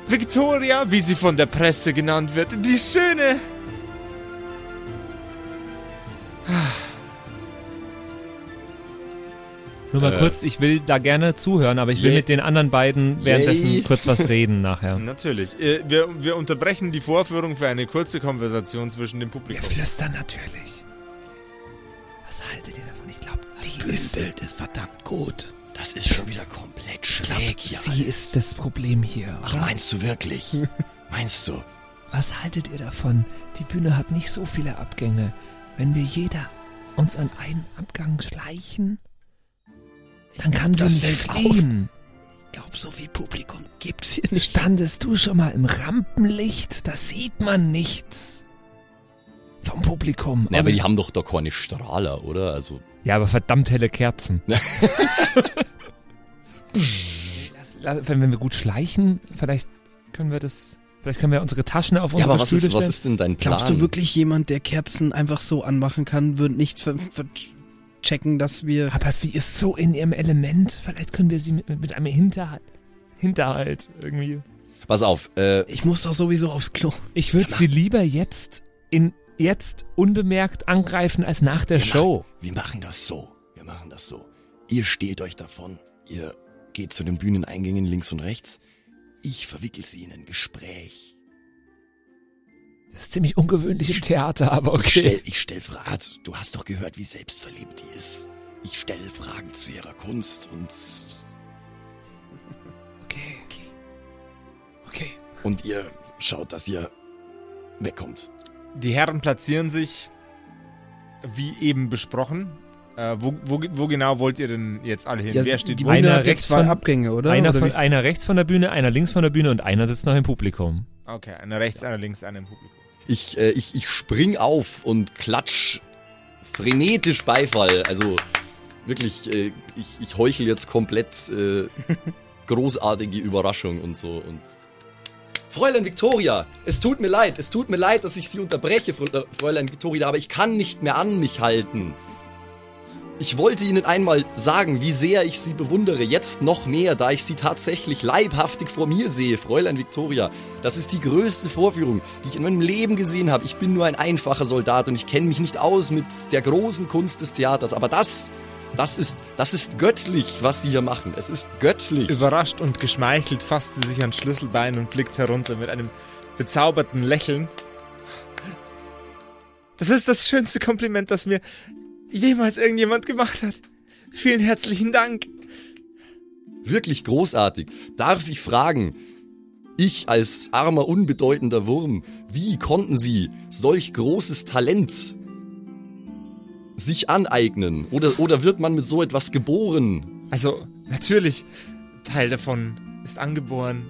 [SPEAKER 1] Victoria, wie sie von der Presse genannt wird, die Schöne.
[SPEAKER 3] Nur mal
[SPEAKER 4] Äh.
[SPEAKER 3] kurz, ich will da gerne zuhören, aber ich will
[SPEAKER 4] Yay.
[SPEAKER 3] mit den anderen beiden währenddessen
[SPEAKER 4] Yay.
[SPEAKER 3] kurz was reden nachher.
[SPEAKER 1] Natürlich. Äh, Wir, wir unterbrechen die Vorführung für eine kurze Konversation zwischen dem Publikum.
[SPEAKER 2] flüstern natürlich. Was haltet ihr davon? Ich glaube, das Bühnenbild ist verdammt gut.
[SPEAKER 5] Das ist schon wieder komplett schräg hier.
[SPEAKER 3] ist das Problem hier.
[SPEAKER 5] Ach, meinst du wirklich? meinst du?
[SPEAKER 3] Was haltet ihr davon? Die Bühne hat nicht so viele Abgänge. Wenn wir jeder uns an einen Abgang schleichen, dann kann
[SPEAKER 5] sie das nicht fällt auf.
[SPEAKER 3] fliehen.
[SPEAKER 5] Ich glaube, so viel Publikum gibt's hier nicht.
[SPEAKER 3] Standest du schon mal im Rampenlicht? Da sieht man nichts. Vom Publikum. Also
[SPEAKER 4] Na, aber die haben doch da keine Strahler, oder? Also,
[SPEAKER 3] ja, aber verdammt helle Kerzen. Lass- lass- wenn, wenn wir gut schleichen, vielleicht können wir das. Vielleicht können wir unsere Taschen auf
[SPEAKER 4] ja,
[SPEAKER 3] unsere
[SPEAKER 4] aber was
[SPEAKER 3] Stühle
[SPEAKER 4] ist, was
[SPEAKER 3] stellen.
[SPEAKER 4] ist denn dein Plan?
[SPEAKER 2] ne? Glaubst du wirklich, jemand, der Kerzen einfach so anmachen kann, würde nicht ver ver checken, dass wir.
[SPEAKER 3] Aber sie ist so in ihrem Element. Vielleicht können wir sie mit, mit einem Hinterhalt. Hinterhalt irgendwie.
[SPEAKER 4] Pass auf, äh,
[SPEAKER 2] Ich muss doch sowieso aufs Klo.
[SPEAKER 3] Ich würde sie lieber jetzt in jetzt unbemerkt angreifen als nach der
[SPEAKER 5] Wir
[SPEAKER 3] Show.
[SPEAKER 5] Machen, wir machen das so. Wir machen das so. Ihr steht euch davon. Ihr geht zu den Bühneneingängen links und rechts. Ich verwickel sie in ein Gespräch.
[SPEAKER 3] Das ist ziemlich ungewöhnlich im Theater, aber okay.
[SPEAKER 5] Ich stell, ich stell Fragen. Du hast doch gehört, wie selbstverliebt die ist. Ich stelle Fragen zu ihrer Kunst und
[SPEAKER 3] Okay, okay.
[SPEAKER 5] und ihr schaut, dass ihr wegkommt.
[SPEAKER 1] Die Herren platzieren sich, wie eben besprochen, Äh, wo, wo, wo genau wollt ihr denn jetzt alle hin?
[SPEAKER 2] Ja,
[SPEAKER 1] Wer steht
[SPEAKER 2] die
[SPEAKER 1] wo?
[SPEAKER 2] Bühne
[SPEAKER 6] Einer
[SPEAKER 2] hat ja
[SPEAKER 6] rechts
[SPEAKER 2] zwei
[SPEAKER 6] von-
[SPEAKER 2] Abgänge, oder?
[SPEAKER 6] Einer,
[SPEAKER 2] oder
[SPEAKER 6] von,
[SPEAKER 2] wie?
[SPEAKER 6] einer rechts von der Bühne, einer links von der Bühne und einer sitzt noch im Publikum.
[SPEAKER 1] Okay, einer rechts, einer links, einer im Publikum.
[SPEAKER 4] Ich, äh, ich, ich spring auf und klatsch frenetisch Beifall. Also wirklich, äh, ich, ich heuchel jetzt komplett äh, großartige Überraschung und so. Und Fräulein Victoria, es tut mir leid, es tut mir leid, dass ich Sie unterbreche, Frö- Fräulein Victoria, aber ich kann nicht mehr an mich halten. Ich wollte Ihnen einmal sagen, wie sehr ich Sie bewundere, jetzt noch mehr, da ich Sie tatsächlich leibhaftig vor mir sehe, Fräulein Victoria. Das ist die größte Vorführung, die ich in meinem Leben gesehen habe. Ich bin nur ein einfacher Soldat und ich kenne mich nicht aus mit der großen Kunst des Theaters, aber das, das ist, das ist göttlich, was Sie hier machen. Es ist göttlich.
[SPEAKER 1] Überrascht und geschmeichelt fasst sie sich ans Schlüsselbein und blickt herunter mit einem bezauberten Lächeln. Das ist das schönste Kompliment, das mir jemals irgendjemand gemacht hat. Vielen herzlichen Dank.
[SPEAKER 4] Wirklich großartig. Darf ich fragen, ich als armer, unbedeutender Wurm, wie konnten Sie solch großes Talent sich aneignen? Oder, oder wird man mit so etwas geboren?
[SPEAKER 1] Also, natürlich, Teil davon ist angeboren.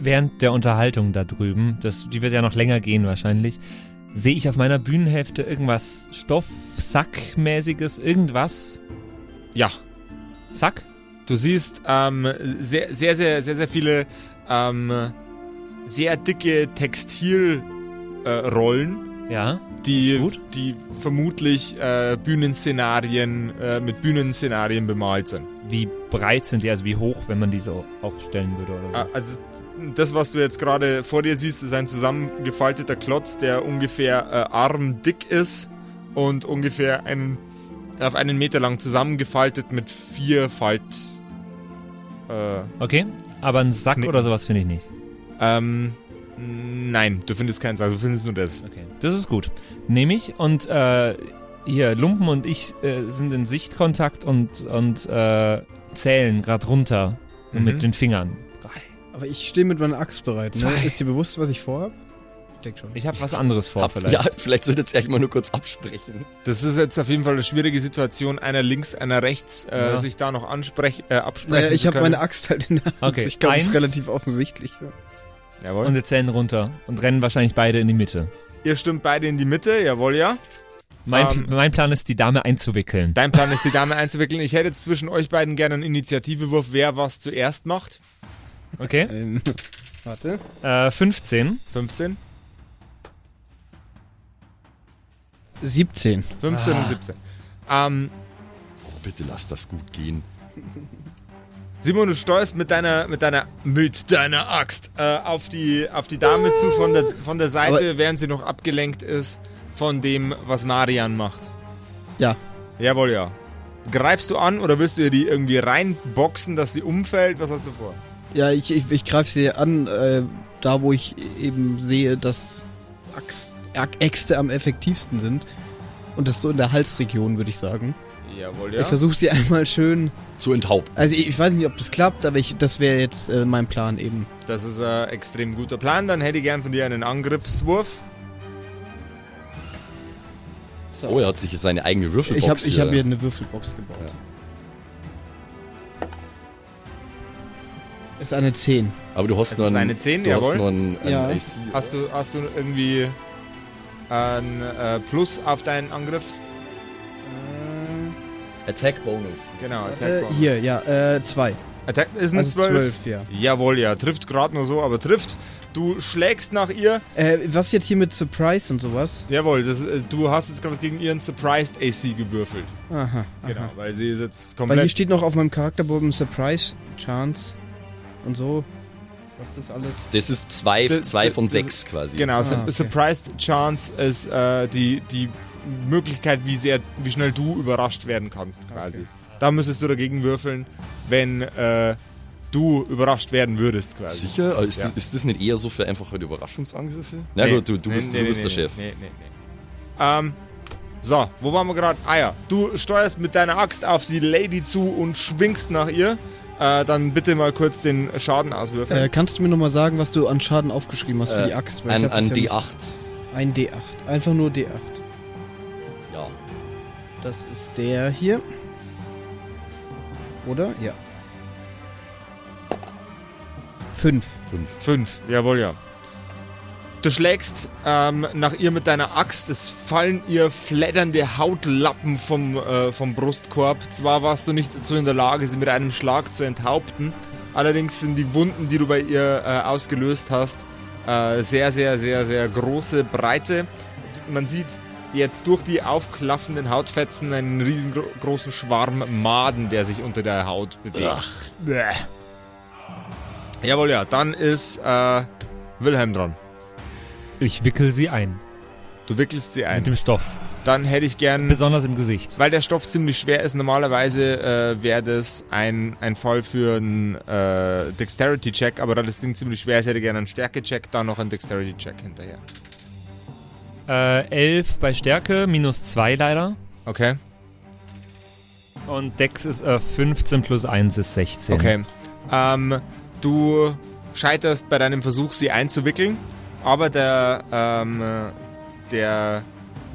[SPEAKER 6] Während der Unterhaltung da drüben, das, die wird ja noch länger gehen wahrscheinlich, sehe ich auf meiner Bühnenhälfte irgendwas Stoffsackmäßiges, irgendwas.
[SPEAKER 1] Ja,
[SPEAKER 6] Sack?
[SPEAKER 1] Du siehst ähm, sehr, sehr, sehr, sehr, sehr viele ähm, sehr dicke Textilrollen, äh, Rollen,
[SPEAKER 6] Ja.
[SPEAKER 1] die,
[SPEAKER 6] Ist gut.
[SPEAKER 1] die vermutlich äh, Bühnenszenarien äh, mit Bühnenszenarien bemalt sind.
[SPEAKER 6] Wie breit sind die, also wie hoch, wenn man die so aufstellen würde oder so?
[SPEAKER 1] Ah, Also das, was du jetzt gerade vor dir siehst, ist ein zusammengefalteter Klotz, der ungefähr äh, armdick ist und ungefähr einen, auf einen Meter lang zusammengefaltet mit vier Falt. Äh,
[SPEAKER 6] Okay, aber einen Sack
[SPEAKER 1] Knicken.
[SPEAKER 6] oder sowas finde ich nicht.
[SPEAKER 1] Ähm, nein, du findest keins, also du findest nur das.
[SPEAKER 6] Okay. Das ist gut. Nehme ich und äh, hier, Lumpen und ich äh, sind in Sichtkontakt und, und äh, zählen gerade runter
[SPEAKER 1] Mhm.
[SPEAKER 6] mit den Fingern. Drei.
[SPEAKER 2] Aber ich stehe mit meiner Axt bereit, ne?
[SPEAKER 6] Zwei.
[SPEAKER 2] Ist dir bewusst, was ich vorhab? Ich denk schon.
[SPEAKER 6] Ich habe was anderes vor
[SPEAKER 4] Habt-
[SPEAKER 6] vielleicht.
[SPEAKER 4] Ja, vielleicht solltet ihr euch mal nur kurz absprechen.
[SPEAKER 1] Das ist jetzt auf jeden Fall eine schwierige Situation, einer links, einer rechts, äh,
[SPEAKER 6] Ja.
[SPEAKER 1] sich da noch ansprech, äh, absprechen
[SPEAKER 2] Naja, ich
[SPEAKER 1] zu
[SPEAKER 2] habe
[SPEAKER 1] können.
[SPEAKER 2] meine Axt halt in der Hand.
[SPEAKER 6] Okay,
[SPEAKER 2] Ich glaube, es ist
[SPEAKER 6] eins.
[SPEAKER 2] relativ offensichtlich. ja.
[SPEAKER 1] Jawohl.
[SPEAKER 6] Und wir zählen runter und rennen wahrscheinlich beide in die Mitte.
[SPEAKER 1] Ihr stimmt beide in die Mitte, jawohl, ja.
[SPEAKER 6] Mein,
[SPEAKER 1] Ähm.
[SPEAKER 6] mein Plan ist, die Dame einzuwickeln.
[SPEAKER 1] Dein Plan ist, die Dame einzuwickeln. Ich hätte jetzt zwischen euch beiden gerne einen Initiativewurf, wer was zuerst macht.
[SPEAKER 6] Okay.
[SPEAKER 2] Ähm, warte.
[SPEAKER 6] Äh, 15.
[SPEAKER 1] 15,
[SPEAKER 2] 17.
[SPEAKER 1] 15 und 17. Ähm,
[SPEAKER 4] Oh, Bitte lasst das gut gehen.
[SPEAKER 1] Simon, du steuerst mit deiner, mit deiner, mit deiner Axt äh, auf, die, auf die Dame zu von der, von der Seite, während sie noch abgelenkt ist von dem, was Marian macht.
[SPEAKER 2] Ja.
[SPEAKER 1] Jawohl, ja. Greifst du an oder willst du ihr die irgendwie reinboxen, dass sie umfällt? Was hast du vor?
[SPEAKER 2] Ja, ich, ich, ich greife sie an, äh, da wo ich eben sehe, dass Axt, Ä- Äxte am effektivsten sind. Und das ist so in der Halsregion, würde ich sagen.
[SPEAKER 1] Jawohl,
[SPEAKER 2] Ich versuche sie einmal schön.
[SPEAKER 4] Zu enthaupten.
[SPEAKER 2] Also ich, ich weiß nicht, ob das klappt, aber ich, das wäre jetzt äh, mein Plan eben.
[SPEAKER 1] Das ist ein extrem guter Plan. Dann hätte ich gern von dir einen Angriffswurf.
[SPEAKER 4] Oh, er hat sich seine eigene Würfelbox äh,
[SPEAKER 2] Ich habe ich hab mir eine Würfelbox gebaut. Ist eine 10.
[SPEAKER 4] Aber du hast
[SPEAKER 1] Es
[SPEAKER 4] nur
[SPEAKER 1] ist
[SPEAKER 4] einen,
[SPEAKER 1] eine 10,
[SPEAKER 4] du hast
[SPEAKER 1] jawohl.
[SPEAKER 4] nur einen, einen
[SPEAKER 2] Ja.
[SPEAKER 4] AC.
[SPEAKER 1] Hast du, hast du irgendwie ein äh, Plus auf deinen Angriff?
[SPEAKER 4] Attack Bonus.
[SPEAKER 1] Genau,
[SPEAKER 2] Äh,
[SPEAKER 1] Attack-Bonus.
[SPEAKER 2] hier, ja, äh, 2.
[SPEAKER 1] Attack ist ein
[SPEAKER 2] Also
[SPEAKER 1] 12.
[SPEAKER 2] 12, ja.
[SPEAKER 1] Jawohl, ja, trifft gerade nur so, aber trifft. Du schlägst nach ihr.
[SPEAKER 2] Äh, was jetzt hier mit Surprise und sowas?
[SPEAKER 1] Jawohl, das, äh, du hast jetzt gerade gegen ihren Surprised AC gewürfelt.
[SPEAKER 2] Aha. aha.
[SPEAKER 1] Genau, weil sie ist jetzt
[SPEAKER 2] Weil hier
[SPEAKER 1] komplett.
[SPEAKER 2] steht noch auf meinem Charakterbogen Surprise Chance und so. Was ist das alles?
[SPEAKER 4] Das ist zwei,
[SPEAKER 1] Das-
[SPEAKER 4] zwei
[SPEAKER 1] das-
[SPEAKER 4] von
[SPEAKER 1] das-
[SPEAKER 4] sechs quasi.
[SPEAKER 1] Genau,
[SPEAKER 2] Ah,
[SPEAKER 1] Sur-
[SPEAKER 2] okay.
[SPEAKER 1] Surprised Chance ist äh, die, die Möglichkeit, wie, sehr, wie schnell du überrascht werden kannst, quasi.
[SPEAKER 2] Okay.
[SPEAKER 1] Da müsstest du dagegen würfeln, wenn äh, du überrascht werden würdest, quasi.
[SPEAKER 4] Sicher? Aber Ist,
[SPEAKER 1] Ja.
[SPEAKER 4] das, ist das nicht eher so für einfach halt Überraschungsangriffe? Na
[SPEAKER 1] Nee.
[SPEAKER 4] gut, du, du
[SPEAKER 1] Nee,
[SPEAKER 4] bist,
[SPEAKER 1] nee,
[SPEAKER 4] du
[SPEAKER 1] nee,
[SPEAKER 4] bist
[SPEAKER 1] nee,
[SPEAKER 4] der Chef.
[SPEAKER 1] Nee, nee, nee. Ähm, so, wo waren wir gerade? Ah ja, du steuerst mit deiner Axt auf die Lady zu und schwingst nach ihr. Äh, dann bitte mal kurz den Schaden auswürfeln.
[SPEAKER 2] Äh, kannst du mir nochmal sagen, was du an Schaden aufgeschrieben hast für
[SPEAKER 4] Äh,
[SPEAKER 2] die Axt? Weil ich
[SPEAKER 4] An,
[SPEAKER 2] hab
[SPEAKER 4] an
[SPEAKER 2] das ja
[SPEAKER 4] D8.
[SPEAKER 2] nicht- Ein D8. Einfach nur D8.
[SPEAKER 4] Ja.
[SPEAKER 2] Das ist der hier. Oder? Ja. Fünf.
[SPEAKER 4] Fünf.
[SPEAKER 1] Fünf, jawohl, ja. Du schlägst ähm, nach ihr mit deiner Axt, es fallen ihr flatternde Hautlappen vom, äh, vom Brustkorb. Zwar warst du nicht dazu in der Lage, sie mit einem Schlag zu enthaupten, allerdings sind die Wunden, die du bei ihr äh, ausgelöst hast, äh, sehr, sehr, sehr, sehr große Breite. Man sieht jetzt durch die aufklaffenden Hautfetzen einen riesengroßen Schwarm Maden, der sich unter der Haut bewegt. Bäh. Jawohl, ja, dann ist äh, Wilhelm dran.
[SPEAKER 6] Ich wickel sie ein.
[SPEAKER 1] Du wickelst sie
[SPEAKER 6] Mit
[SPEAKER 1] ein.
[SPEAKER 6] dem Stoff.
[SPEAKER 1] Dann hätte ich gern,
[SPEAKER 6] Besonders im Gesicht.
[SPEAKER 1] weil der Stoff ziemlich schwer ist, normalerweise äh, wäre das ein, ein Fall für einen äh, Dexterity-Check, aber da das Ding ziemlich schwer ist, hätte ich gerne einen Stärke-Check, dann noch einen Dexterity-Check hinterher.
[SPEAKER 6] Äh, 11 bei Stärke, minus 2 leider.
[SPEAKER 1] Okay?
[SPEAKER 6] Und Dex ist äh, 15 plus 1 ist 16.
[SPEAKER 1] Okay. Ähm, du scheiterst bei deinem Versuch, sie einzuwickeln, aber der, ähm, der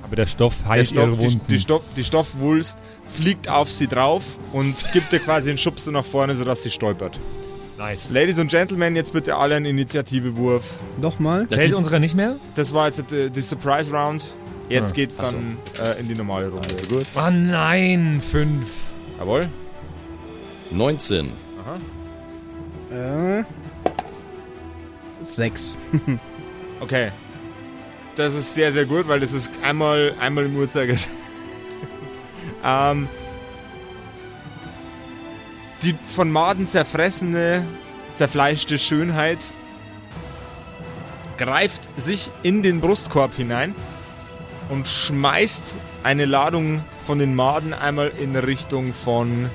[SPEAKER 6] Aber der Stoff
[SPEAKER 1] Der
[SPEAKER 6] heilt
[SPEAKER 1] Stoff,
[SPEAKER 6] ihre
[SPEAKER 1] die,
[SPEAKER 6] Wunden.
[SPEAKER 1] die, Stoff, die Stoffwulst fliegt auf sie drauf und gibt ihr quasi einen Schubs nach vorne, sodass sie stolpert.
[SPEAKER 6] nice.
[SPEAKER 1] Ladies und Gentlemen, jetzt bitte alle einen Initiativewurf.
[SPEAKER 2] Nochmal.
[SPEAKER 6] Zählt unsere nicht mehr?
[SPEAKER 1] Das war jetzt äh, die, die Surprise Round. Jetzt
[SPEAKER 6] Ah,
[SPEAKER 1] geht's
[SPEAKER 4] ach so.
[SPEAKER 1] dann äh, in die normale Runde.
[SPEAKER 4] Also gut.
[SPEAKER 6] Oh nein, 5.
[SPEAKER 1] Jawohl.
[SPEAKER 4] 19.
[SPEAKER 2] Äh, sechs.
[SPEAKER 1] Okay. Das ist sehr, sehr gut, weil das ist einmal, einmal im Uhrzeigersinn. ähm, die von Maden zerfressene, zerfleischte Schönheit greift sich in den Brustkorb hinein und schmeißt eine Ladung von den Maden einmal in Richtung von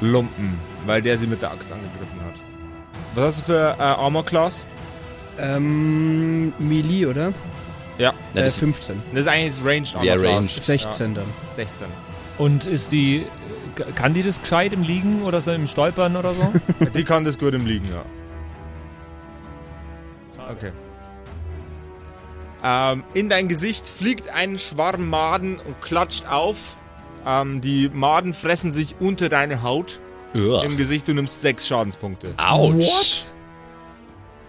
[SPEAKER 1] Lumpen, weil der sie mit der Axt angegriffen hat. Was hast du für äh, Armor Class?
[SPEAKER 2] Ähm, Melee, oder?
[SPEAKER 4] Na,
[SPEAKER 2] äh,
[SPEAKER 4] das
[SPEAKER 2] 15.
[SPEAKER 1] Das ist eigentlich das Range
[SPEAKER 4] Ja,
[SPEAKER 1] Armor Class.
[SPEAKER 4] Range.
[SPEAKER 2] 16 dann.
[SPEAKER 1] Ja, 16.
[SPEAKER 6] Und ist die. äh, Kann die das gescheit im Liegen oder so im Stolpern oder so?
[SPEAKER 1] Die kann das gut im Liegen, ja. Okay. Ähm, in dein Gesicht fliegt ein Schwarm Maden und klatscht auf. Ähm, die Maden fressen sich unter deine Haut im
[SPEAKER 4] Ugh.
[SPEAKER 1] Gesicht. Du nimmst sechs Schadenspunkte.
[SPEAKER 4] Autsch.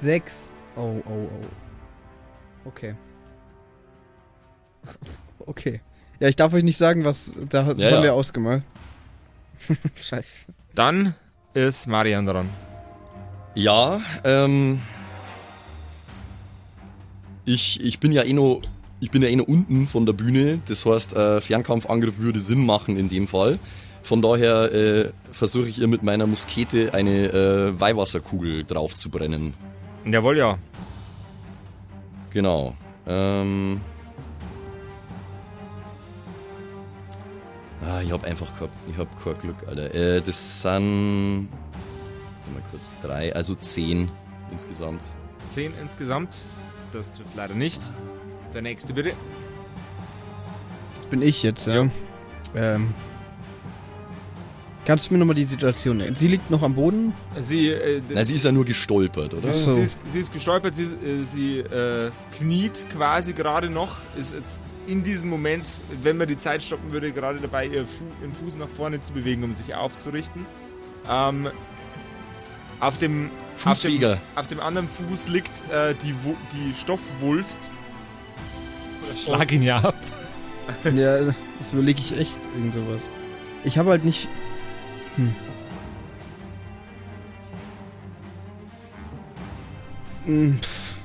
[SPEAKER 2] Sechs. Oh, oh, oh. Okay. Okay. Ja, ich darf euch nicht sagen, was. Da das
[SPEAKER 4] Ja,
[SPEAKER 2] haben
[SPEAKER 4] ja.
[SPEAKER 2] wir ausgemalt. Scheiße.
[SPEAKER 1] Dann ist Marian dran.
[SPEAKER 4] Ja, ähm. Ich, ich bin ja eh noch. Ich bin ja eh noch unten von der Bühne. Das heißt, äh, Fernkampfangriff würde Sinn machen in dem Fall. Von daher äh, versuche ich ihr mit meiner Muskete eine äh, Weihwasserkugel drauf zu brennen.
[SPEAKER 1] Jawohl, ja.
[SPEAKER 4] Genau. Ähm. Ah, ich hab einfach kein, ich hab kein Glück, Alter. Äh, das sind. Warte mal kurz, drei, also zehn insgesamt.
[SPEAKER 1] Zehn insgesamt. Das trifft leider nicht. Der nächste bitte.
[SPEAKER 2] Das bin ich jetzt, ja. Ähm. Kannst du mir nochmal die Situation erinnern? Sie liegt noch am Boden.
[SPEAKER 1] Sie, äh, d-
[SPEAKER 4] Na, sie ist ja nur gestolpert, oder?
[SPEAKER 1] Sie,
[SPEAKER 2] so.
[SPEAKER 1] sie, ist, sie ist gestolpert, sie, äh, sie äh, kniet quasi gerade noch, ist jetzt in diesem Moment, wenn man die Zeit stoppen würde, gerade dabei, ihr Fu ihren Fuß nach vorne zu bewegen, um sich aufzurichten. Ähm, auf, dem, auf, dem,
[SPEAKER 4] Fußfeger.
[SPEAKER 1] auf dem anderen Fuß liegt äh, die, Wu- die Stoffwulst.
[SPEAKER 6] Schlag ihn ja ab.
[SPEAKER 2] ja, das überlege ich echt. Irgend sowas. Ich habe halt nicht. Hm. Hm, pff.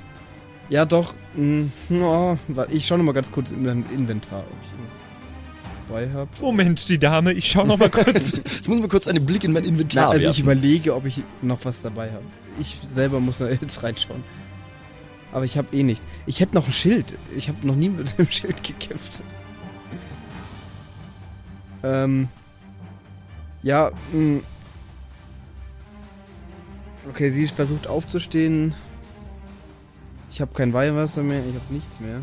[SPEAKER 2] Ja, doch. Hm, oh, wa- ich schaue nochmal ganz kurz in meinem Inventar, ob ich irgendwas dabei habe.
[SPEAKER 6] Moment, die Dame, ich schau noch mal kurz.
[SPEAKER 4] Ich muss mal kurz einen Blick in mein
[SPEAKER 2] Na,
[SPEAKER 4] Inventar
[SPEAKER 2] also ich
[SPEAKER 4] werfen.
[SPEAKER 2] überlege, ob ich noch was dabei habe. Ich selber muss da jetzt reinschauen. Aber ich habe eh nichts. Ich hätte noch ein Schild. Ich habe noch nie mit dem Schild gekämpft. Ähm. Ja, mh. Okay, sie versucht aufzustehen. Ich habe kein Weihwasser mehr, ich habe nichts mehr.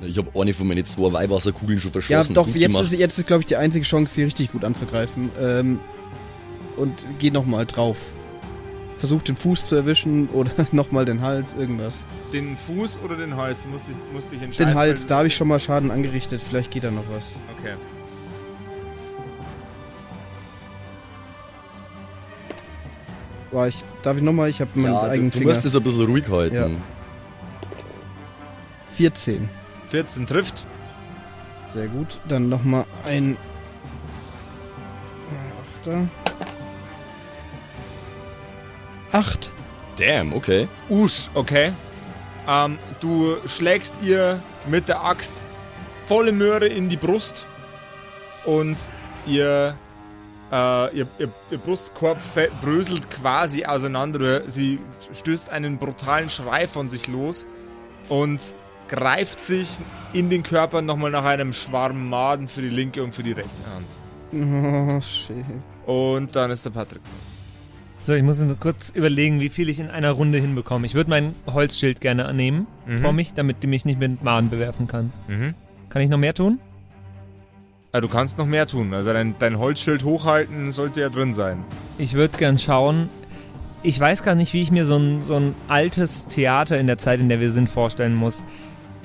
[SPEAKER 4] ich hab eine von meinen zwei Weihwasserkugeln schon
[SPEAKER 2] Ja,
[SPEAKER 4] verschossen.
[SPEAKER 2] doch,
[SPEAKER 4] Gut
[SPEAKER 2] jetzt
[SPEAKER 4] gemacht.
[SPEAKER 2] ist, jetzt ist, glaube ich, die einzige Chance, sie richtig gut anzugreifen. Ähm, und geh nochmal drauf. versucht, den Fuß zu erwischen oder nochmal den Hals, irgendwas.
[SPEAKER 1] Den Fuß oder den Hals? Du musst dich, musst dich entscheiden.
[SPEAKER 2] Den Hals,
[SPEAKER 1] weil-
[SPEAKER 2] da habe ich schon mal Schaden angerichtet. Vielleicht geht da noch was.
[SPEAKER 1] Okay.
[SPEAKER 2] War ich, darf ich nochmal? Ich habe meinen
[SPEAKER 4] Ja, du,
[SPEAKER 2] eigenen
[SPEAKER 4] du
[SPEAKER 2] Finger.
[SPEAKER 4] musst es ein bisschen ruhig halten.
[SPEAKER 2] Ja. 14.
[SPEAKER 1] 14 trifft.
[SPEAKER 2] Sehr gut. Dann nochmal ein Achter. Acht.
[SPEAKER 4] Damn, okay.
[SPEAKER 1] Usch, okay. Ähm, du schlägst ihr mit der Axt volle Möhre in die Brust und ihr, äh, ihr, ihr, ihr Brustkorb fä- bröselt quasi auseinander. Sie stößt einen brutalen Schrei von sich los und greift sich in den Körper nochmal nach einem Schwarm Maden für die linke und für die rechte Hand.
[SPEAKER 2] Oh, shit.
[SPEAKER 1] Und dann ist der Patrick.
[SPEAKER 3] So, ich muss nur kurz überlegen, wie viel ich in einer Runde hinbekomme. Ich würde mein Holzschild gerne annehmen vor mich, damit die mich nicht mit Mahn bewerfen kann.
[SPEAKER 1] Mhm.
[SPEAKER 3] Kann ich noch mehr tun?
[SPEAKER 1] Ah, du kannst noch mehr tun. Also dein, dein Holzschild hochhalten sollte ja drin sein.
[SPEAKER 3] Ich würde gern schauen. Ich weiß gar nicht, wie ich mir so ein, so ein altes Theater in der Zeit, in der wir sind, vorstellen muss.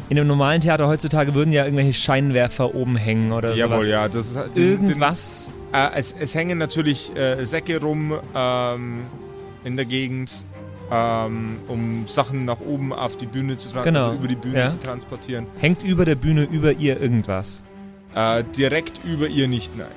[SPEAKER 3] In einem normalen Theater heutzutage würden ja irgendwelche Scheinwerfer oben hängen oder
[SPEAKER 1] Jawohl,
[SPEAKER 3] sowas.
[SPEAKER 1] ja, das ist halt den- den-
[SPEAKER 3] Irgendwas.
[SPEAKER 1] Äh, es, es hängen natürlich äh, Säcke rum ähm, in der Gegend, ähm, um Sachen nach oben auf die Bühne zu transportieren,
[SPEAKER 3] Genau,
[SPEAKER 1] also über die Bühne
[SPEAKER 3] ja.
[SPEAKER 1] zu transportieren.
[SPEAKER 3] Hängt über der Bühne über ihr irgendwas.
[SPEAKER 1] Äh, direkt über ihr nicht, nein.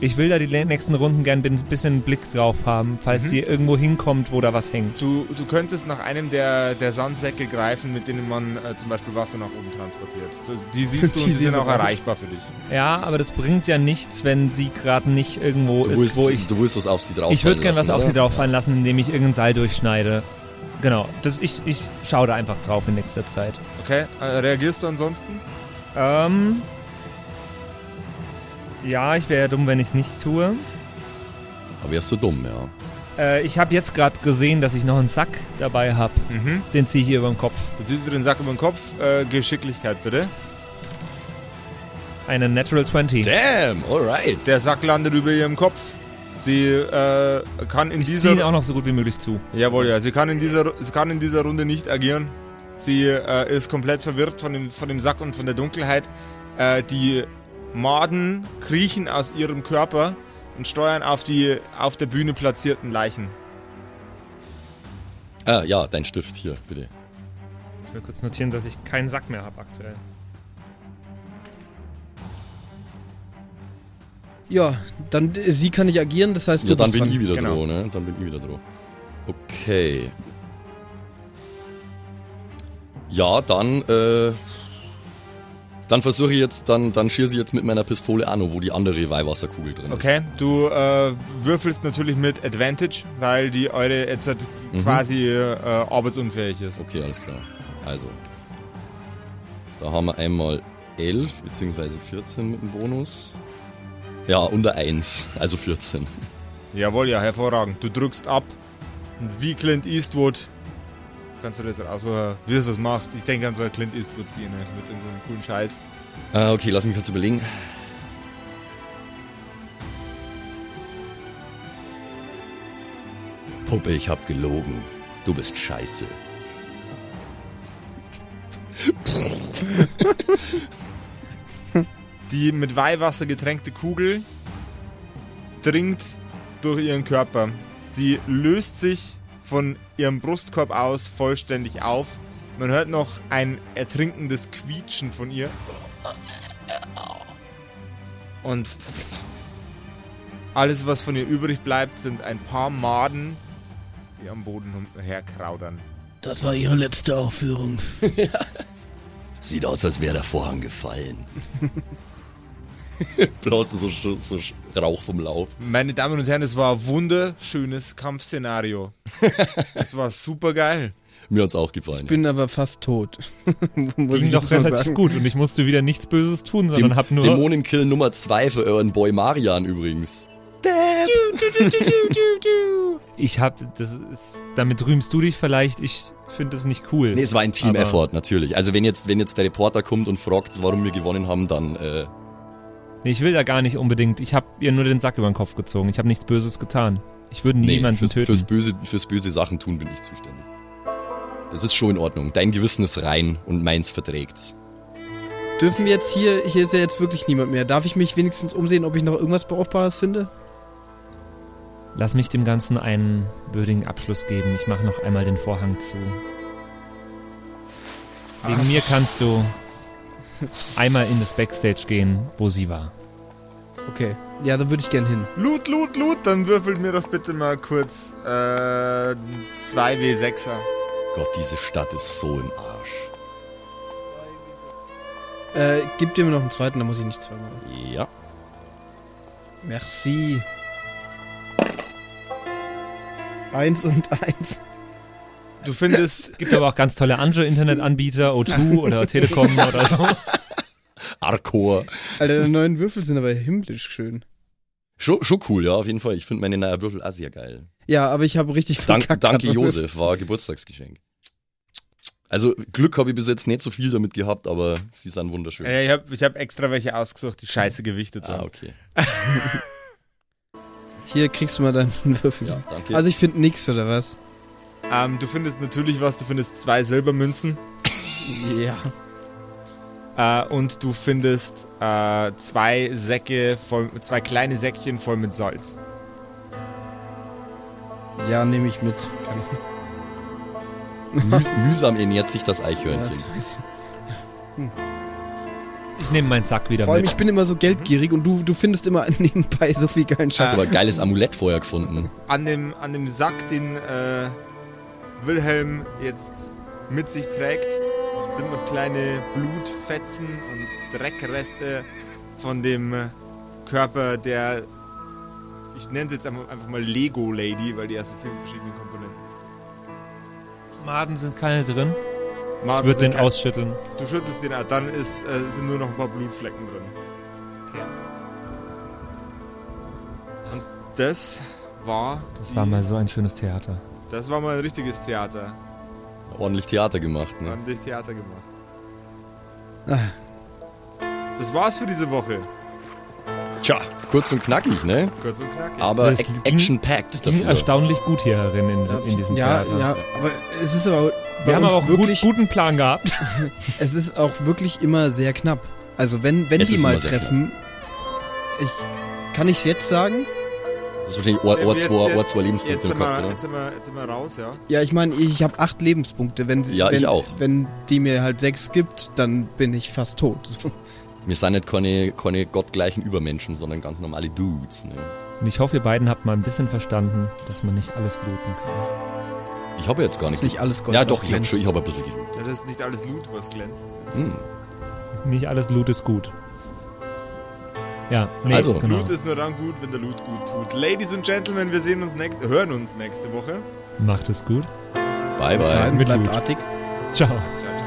[SPEAKER 3] Ich will da die le- nächsten Runden gern ein bisschen Blick drauf haben, falls
[SPEAKER 1] Mhm.
[SPEAKER 3] sie irgendwo hinkommt, wo da was hängt.
[SPEAKER 1] Du, du könntest nach einem der, der Sandsäcke greifen, mit denen man äh, zum Beispiel Wasser nach oben transportiert. So, Die siehst du
[SPEAKER 2] Die
[SPEAKER 1] und die sind
[SPEAKER 2] siehst du
[SPEAKER 1] auch
[SPEAKER 2] auch.
[SPEAKER 1] erreichbar für dich.
[SPEAKER 3] Ja, aber das bringt ja nichts, wenn sie gerade nicht irgendwo
[SPEAKER 4] Du
[SPEAKER 3] ist,
[SPEAKER 4] willst,
[SPEAKER 3] wo ich.
[SPEAKER 4] du willst was auf sie drauf
[SPEAKER 3] Ich würde gern
[SPEAKER 4] lassen,
[SPEAKER 3] was auf sie
[SPEAKER 4] oder?
[SPEAKER 3] drauf fallen lassen, indem ich irgendein Seil durchschneide. Genau, das, ich, ich schaue da einfach drauf in nächster Zeit.
[SPEAKER 1] Okay, äh, reagierst du ansonsten?
[SPEAKER 3] Ähm. Ja, ich wäre ja dumm, wenn ich es nicht tue.
[SPEAKER 4] Aber wärst du dumm, ja.
[SPEAKER 3] Äh, ich habe jetzt gerade gesehen, dass ich noch einen Sack dabei habe.
[SPEAKER 1] Mhm.
[SPEAKER 3] Den ziehe ich hier über den Kopf.
[SPEAKER 1] Jetzt siehst du den Sack über den Kopf. Äh, Geschicklichkeit bitte.
[SPEAKER 3] Eine Natural 20.
[SPEAKER 4] Damn, alright.
[SPEAKER 1] Der Sack landet über ihrem Kopf. Sie äh, kann in
[SPEAKER 3] Ziehe ihn
[SPEAKER 1] dieser
[SPEAKER 3] auch noch so gut wie möglich zu.
[SPEAKER 1] Jawohl, ja. Sie kann in dieser, sie kann in dieser Runde nicht agieren. Sie äh, ist komplett verwirrt von dem, von dem Sack und von der Dunkelheit. Äh, die Maden kriechen aus ihrem Körper und steuern auf die auf der Bühne platzierten Leichen.
[SPEAKER 4] Ah, ja, dein Stift hier, bitte.
[SPEAKER 3] Ich will kurz notieren, dass ich keinen Sack mehr habe aktuell.
[SPEAKER 2] Ja, dann äh, sie kann nicht agieren, das heißt, du
[SPEAKER 4] Ja, dann
[SPEAKER 2] bist
[SPEAKER 4] bin
[SPEAKER 2] dran.
[SPEAKER 4] ich wieder
[SPEAKER 1] Genau.
[SPEAKER 4] dran, ne? Dann bin ich wieder dran. Okay. Ja, dann, äh, dann versuche ich jetzt, dann, dann schieße ich jetzt mit meiner Pistole an, wo die andere Weihwasserkugel drin
[SPEAKER 1] Okay, du äh, würfelst natürlich mit Advantage, weil die eure jetzt halt
[SPEAKER 4] Mhm.
[SPEAKER 1] quasi äh, arbeitsunfähig ist.
[SPEAKER 4] ist. Okay, alles klar. Also. Da haben wir einmal 11 bzw. 14 mit dem Bonus. Ja, unter 1, also 14.
[SPEAKER 1] Jawohl, ja, hervorragend. Du drückst ab und wie Clint Eastwood kannst du das auch so, wie du das machst. Ich denke an so eine Clint Eastwood-Szene mit so einem coolen Scheiß.
[SPEAKER 4] Äh, okay, lass mich kurz überlegen. Puppe, ich hab gelogen. Du bist scheiße.
[SPEAKER 1] Die mit Weihwasser getränkte Kugel dringt durch ihren Körper. Sie löst sich von ihrem Brustkorb aus vollständig auf. Man hört noch ein ertrinkendes Quietschen von ihr. Und alles, was von ihr übrig bleibt, sind ein paar Maden, die am Boden herkraudern.
[SPEAKER 7] Das war ihre letzte Aufführung.
[SPEAKER 4] Sieht aus, als wäre der Vorhang gefallen. Blaust so, Sch- so Sch- Rauch vom Lauf.
[SPEAKER 1] Meine Damen und Herren, es war ein wunderschönes Kampfszenario. Es war super geil.
[SPEAKER 4] Mir hat's auch gefallen.
[SPEAKER 2] bin aber fast tot. Muss
[SPEAKER 3] Ging doch
[SPEAKER 2] jetzt mal
[SPEAKER 3] relativ
[SPEAKER 2] sagen.
[SPEAKER 3] gut und ich musste wieder nichts Böses tun, sondern hab nur.
[SPEAKER 4] Dämonenkill Nummer 2 für euren Boy Marian übrigens.
[SPEAKER 3] Ich hab. Das ist, damit rühmst du dich vielleicht. Ich finde das nicht cool.
[SPEAKER 4] Nee, es war ein
[SPEAKER 3] Aber-
[SPEAKER 4] Team-Effort, natürlich. Also wenn jetzt, wenn jetzt der Reporter kommt und fragt, warum wir gewonnen haben, dann äh,
[SPEAKER 3] Nee, ich will da gar nicht unbedingt. Ich hab ihr nur den Sack über den Kopf gezogen. Ich hab nichts Böses getan. Ich würde niemanden
[SPEAKER 4] fürs,
[SPEAKER 3] töten.
[SPEAKER 4] fürs, böse, fürs böse Sachen tun bin ich zuständig. Das ist schon in Ordnung. Dein Gewissen ist rein und meins verträgt's.
[SPEAKER 2] Dürfen wir jetzt hier, hier ist ja jetzt wirklich niemand mehr. Darf ich mich wenigstens umsehen, ob ich noch irgendwas Brauchbares finde?
[SPEAKER 3] Lass mich dem Ganzen einen würdigen Abschluss geben. Ich mache noch einmal den Vorhang zu. Wegen mir kannst du einmal in das Backstage gehen, wo sie war.
[SPEAKER 2] Okay. Ja, da würde ich gern hin.
[SPEAKER 1] Loot, loot, loot, dann würfelt mir doch bitte mal kurz äh, 2W6er.
[SPEAKER 4] Gott, diese Stadt ist so im Arsch.
[SPEAKER 2] Äh, gib dir mir noch einen zweiten, da muss ich nicht zweimal.
[SPEAKER 4] Ja.
[SPEAKER 2] Merci. Eins und eins.
[SPEAKER 1] Du findest,
[SPEAKER 3] Gibt aber auch ganz tolle andere Internetanbieter, O2 oder Telekom oder so.
[SPEAKER 4] Arkor.
[SPEAKER 2] Alter, deine neuen Würfel sind aber himmlisch schön.
[SPEAKER 4] Schon, schon cool, ja, auf jeden Fall. Ich finde meine neue Würfel auch sehr geil.
[SPEAKER 2] Ja, aber ich habe richtig
[SPEAKER 4] Dank,
[SPEAKER 2] verkackt. Also,
[SPEAKER 4] danke,
[SPEAKER 2] Aber-
[SPEAKER 4] Josef, war Geburtstagsgeschenk. Also, Glück habe ich bis jetzt nicht so viel damit gehabt, aber sie sind wunderschön.
[SPEAKER 1] äh, ich habe ich hab extra welche ausgesucht, die scheiße gewichtet
[SPEAKER 4] Ah,
[SPEAKER 1] sind.
[SPEAKER 4] okay.
[SPEAKER 2] Hier kriegst du mal deinen Würfel.
[SPEAKER 4] Ja, danke.
[SPEAKER 2] Also ich finde nix, oder was?
[SPEAKER 1] Ähm, du findest natürlich was, du findest zwei Silbermünzen
[SPEAKER 2] Ja.
[SPEAKER 1] äh, und du findest äh, zwei Säcke voll, zwei kleine Säckchen voll mit Salz.
[SPEAKER 2] Ja, nehme ich mit. Kann
[SPEAKER 4] Müh- mühsam ernährt sich das
[SPEAKER 2] ja,
[SPEAKER 4] Eichhörnchen.
[SPEAKER 2] zwei-
[SPEAKER 3] Ich nehme meinen Sack wieder
[SPEAKER 2] Vor allem,
[SPEAKER 3] mit.
[SPEAKER 2] ich bin immer so
[SPEAKER 4] Mhm.
[SPEAKER 2] geldgierig und du, du findest immer nebenbei so viel geilen Scheiß.
[SPEAKER 4] Aber geiles Amulett vorher gefunden.
[SPEAKER 1] An dem, an dem Sack, den äh, Wilhelm jetzt mit sich trägt, sind noch kleine Blutfetzen und Dreckreste von dem äh, Körper der, ich nenne es jetzt einfach, einfach mal Lego Lady, weil die hat so viele verschiedene Komponenten.
[SPEAKER 3] Maden sind keine drin. Ich
[SPEAKER 1] Martin,
[SPEAKER 3] würde den
[SPEAKER 1] kein-
[SPEAKER 3] ausschütteln.
[SPEAKER 1] Du schüttelst den, ah, dann ist, äh, sind nur noch ein paar Blutflecken drin. Und das war.
[SPEAKER 3] Das
[SPEAKER 1] die-
[SPEAKER 3] war mal so ein schönes Theater.
[SPEAKER 1] Das war mal ein richtiges Theater.
[SPEAKER 4] Ordentlich Theater gemacht,
[SPEAKER 1] Wir
[SPEAKER 4] ne?
[SPEAKER 1] haben dich Theater gemacht.
[SPEAKER 2] Ah.
[SPEAKER 1] Das war's für diese Woche.
[SPEAKER 4] Tja, kurz und knackig, ne?
[SPEAKER 1] Kurz und knackig.
[SPEAKER 4] Aber
[SPEAKER 3] Das
[SPEAKER 4] ac-
[SPEAKER 3] ging-
[SPEAKER 4] action-packed
[SPEAKER 3] Es ging
[SPEAKER 4] dafür.
[SPEAKER 3] erstaunlich gut hier herin in, in diesem
[SPEAKER 2] ja,
[SPEAKER 3] Theater.
[SPEAKER 2] ja, aber es ist aber bei
[SPEAKER 3] Wir haben
[SPEAKER 2] uns
[SPEAKER 3] aber auch einen gut,
[SPEAKER 2] wirklich,
[SPEAKER 3] guten Plan gehabt.
[SPEAKER 2] es ist auch wirklich immer sehr knapp. Also wenn, wenn
[SPEAKER 4] Es
[SPEAKER 2] die
[SPEAKER 4] ist
[SPEAKER 2] mal
[SPEAKER 4] immer sehr
[SPEAKER 2] treffen, ich, kann ich jetzt sagen?
[SPEAKER 4] Das ist wahrscheinlich Ohr, Ohr,
[SPEAKER 1] Äh, Jetzt-
[SPEAKER 4] zwei,
[SPEAKER 1] jetzt-
[SPEAKER 4] Ohr, zwei Lebensmittel
[SPEAKER 1] Jetzt sind,
[SPEAKER 4] gehabt,
[SPEAKER 1] wir,
[SPEAKER 4] oder?
[SPEAKER 1] jetzt, sind wir, jetzt sind wir raus, ja.
[SPEAKER 2] Ja, ich meine, ich habe acht Lebenspunkte. Wenn, sie-
[SPEAKER 4] Ja, ich
[SPEAKER 2] wenn,
[SPEAKER 4] auch.
[SPEAKER 2] Wenn die mir halt sechs gibt, dann bin ich fast tot. So.
[SPEAKER 4] Wir sind nicht keine, keine gottgleichen Übermenschen, sondern ganz normale Dudes, ne?
[SPEAKER 3] Und ich hoffe, ihr beiden habt mal ein bisschen verstanden, dass man nicht alles looten kann.
[SPEAKER 4] Ich habe jetzt gar
[SPEAKER 2] Ist
[SPEAKER 4] nicht.
[SPEAKER 2] nicht alles Gold.
[SPEAKER 4] ja, doch,
[SPEAKER 2] was
[SPEAKER 4] ich habe
[SPEAKER 2] glänzt.
[SPEAKER 4] schon, ich habe ein bisschen geloot.
[SPEAKER 1] Das ist nicht alles Loot, was glänzt.
[SPEAKER 4] Hm.
[SPEAKER 3] Nicht alles Loot ist gut. Ja, nee,
[SPEAKER 4] Also,
[SPEAKER 3] genau.
[SPEAKER 1] Loot ist nur dann gut, wenn der Loot gut tut. Ladies and Gentlemen, wir sehen uns nächste, hören uns nächste Woche.
[SPEAKER 3] macht es gut.
[SPEAKER 4] Bye,
[SPEAKER 2] Bis
[SPEAKER 4] bye.
[SPEAKER 2] dahin,
[SPEAKER 3] Mit
[SPEAKER 2] bleibt
[SPEAKER 3] Loot.
[SPEAKER 2] artig.
[SPEAKER 3] Ciao.
[SPEAKER 1] Ciao, ciao.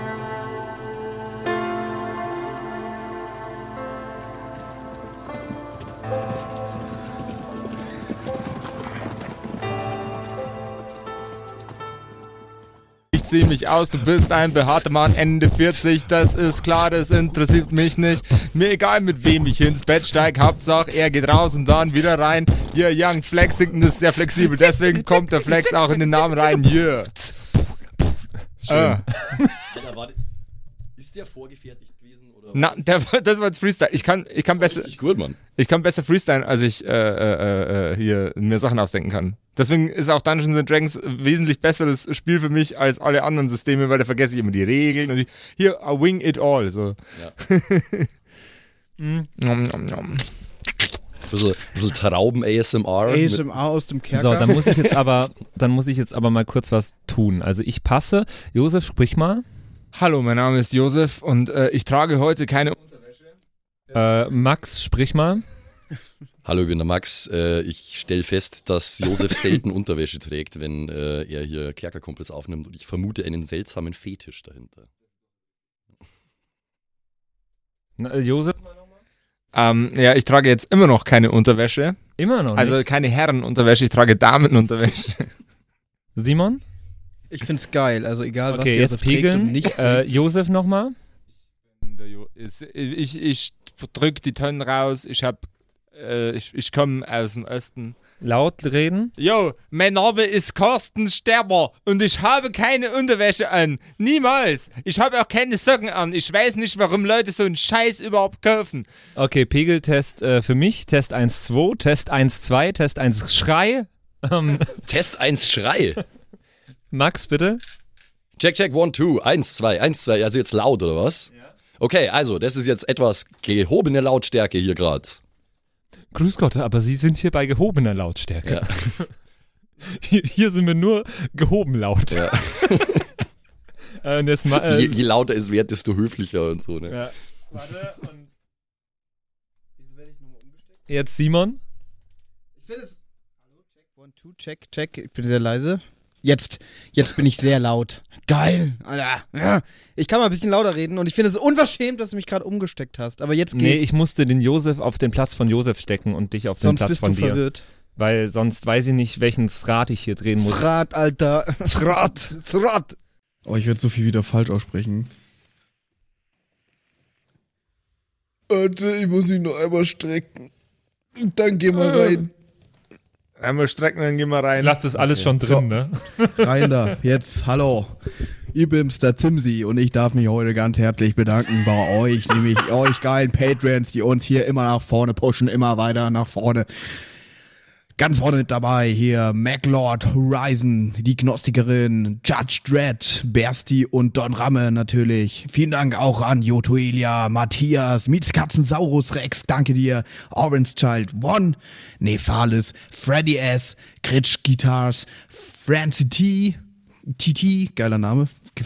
[SPEAKER 1] Ich zieh mich aus, du bist ein behaarter Mann, Ende 40, das ist klar, das interessiert mich nicht. Mir egal, mit wem ich ins Bett steig, Hauptsache er geht raus und dann wieder rein. Yeah, Young Flexington ist sehr flexibel, deswegen kommt der Flex auch in den Namen rein. Yeah. Äh,
[SPEAKER 4] Alter, warte. Ist der vorgefertigt gewesen? Oder
[SPEAKER 1] na, der, das war jetzt Freestyle. Ich kann, ich kann besser,
[SPEAKER 4] Richtig gut, Mann.
[SPEAKER 1] ich kann besser Freestyle, als ich äh, äh, äh, hier mir Sachen ausdenken kann. Deswegen ist auch Dungeons and Dragons ein wesentlich besseres Spiel für mich als alle anderen Systeme, weil da vergesse ich immer die Regeln und die, hier I wing it all. So.
[SPEAKER 4] Ja.
[SPEAKER 1] Mm, nom, nom, nom.
[SPEAKER 4] Bisschen, bisschen Trauben-ASMR. mit-
[SPEAKER 2] ASMR aus dem Kerker.
[SPEAKER 3] So, dann muss ich jetzt aber, dann muss ich jetzt aber mal kurz was tun. Also ich passe. Josef, sprich mal.
[SPEAKER 1] Hallo, mein Name ist Josef und äh, ich trage heute keine.
[SPEAKER 3] Äh, Max, sprich mal.
[SPEAKER 4] Hallo, ich bin der Max. Äh, ich stelle fest, dass Josef selten Unterwäsche trägt, wenn äh, er hier Kerkerkumpels aufnimmt und ich vermute einen seltsamen Fetisch dahinter.
[SPEAKER 3] Na, äh, Josef,
[SPEAKER 1] Ähm, ja, ich trage jetzt immer noch keine Unterwäsche.
[SPEAKER 3] immer noch.
[SPEAKER 1] Also
[SPEAKER 3] nicht.
[SPEAKER 1] keine Herrenunterwäsche, ich trage Damenunterwäsche.
[SPEAKER 3] Simon?
[SPEAKER 2] ich find's geil. Also egal, was
[SPEAKER 3] Okay,
[SPEAKER 2] ihr
[SPEAKER 3] jetzt
[SPEAKER 2] trägt und
[SPEAKER 3] pegeln.
[SPEAKER 2] nicht
[SPEAKER 3] Äh, Josef nochmal.
[SPEAKER 1] Der Jo- ist- Ich, ich drück die Tonnen raus, ich hab, äh, ich, ich komme aus dem Osten.
[SPEAKER 6] Laut reden?
[SPEAKER 1] Yo, mein Name ist Carsten Sterber und ich habe keine Unterwäsche an. Niemals. Ich habe auch keine Socken an. Ich weiß nicht, warum Leute so einen Scheiß überhaupt kaufen.
[SPEAKER 6] Okay, Pegeltest äh, für mich. Test 1-2, Test 1-2, Test 1 Schrei. Ähm,
[SPEAKER 4] Test 1 Schrei.
[SPEAKER 6] Max, bitte.
[SPEAKER 4] Check, check, one, two, eins, zwei, eins, zwei. Also jetzt laut, oder was? Okay, also, das ist jetzt etwas gehobene Lautstärke hier gerade.
[SPEAKER 6] Grüß Gott, aber Sie sind hier bei gehobener Lautstärke. Hier, hier sind wir nur gehoben laut.
[SPEAKER 4] Ja.
[SPEAKER 6] Äh, und jetzt mal,
[SPEAKER 4] Also je,
[SPEAKER 6] äh,
[SPEAKER 4] je lauter es wird, desto höflicher und so, ne?
[SPEAKER 6] ja. Warte, und jetzt Simon.
[SPEAKER 2] Ich finde es. Hallo, check, one, two, check, check. Ich bin sehr leise. Jetzt, jetzt bin ich sehr laut. Geil, Alter. Ja. Ich kann mal ein bisschen lauter reden und ich finde es unverschämt, dass du mich gerade umgesteckt hast. Aber jetzt geht's.
[SPEAKER 6] Nee, ich musste den Josef auf den Platz von Josef stecken und dich auf den
[SPEAKER 2] Sonst
[SPEAKER 6] Platz
[SPEAKER 2] bist
[SPEAKER 6] von
[SPEAKER 2] du
[SPEAKER 6] dir.
[SPEAKER 2] verwirrt.
[SPEAKER 6] Weil sonst weiß ich nicht, welchen Rad ich hier drehen muss.
[SPEAKER 2] Srat, Alter. Srat. Srat.
[SPEAKER 8] Oh, ich werde so viel wieder falsch aussprechen. Warte, ich muss mich nur einmal strecken. Dann gehen wir rein.
[SPEAKER 1] Einmal strecken, dann gehen wir rein.
[SPEAKER 6] das alles schon drin,
[SPEAKER 8] So.
[SPEAKER 6] ne?
[SPEAKER 8] Rein da, jetzt, hallo. Ich bin's, der Zimsi, und ich darf mich heute ganz herzlich bedanken bei euch, nämlich euch geilen Patrons, die uns hier immer nach vorne pushen, immer weiter nach vorne. Ganz vorne mit dabei hier MacLord, Horizon, die Gnostikerin, Judge Dredd, Bersti und Don Ramme natürlich. Vielen Dank auch an Jotoelia, Matthias, Mietskatzen Saurus Rex, danke dir, Orange Child One, Nephalis, Freddy S, Gritsch Guitars, Francie T, TT, geiler Name, ge-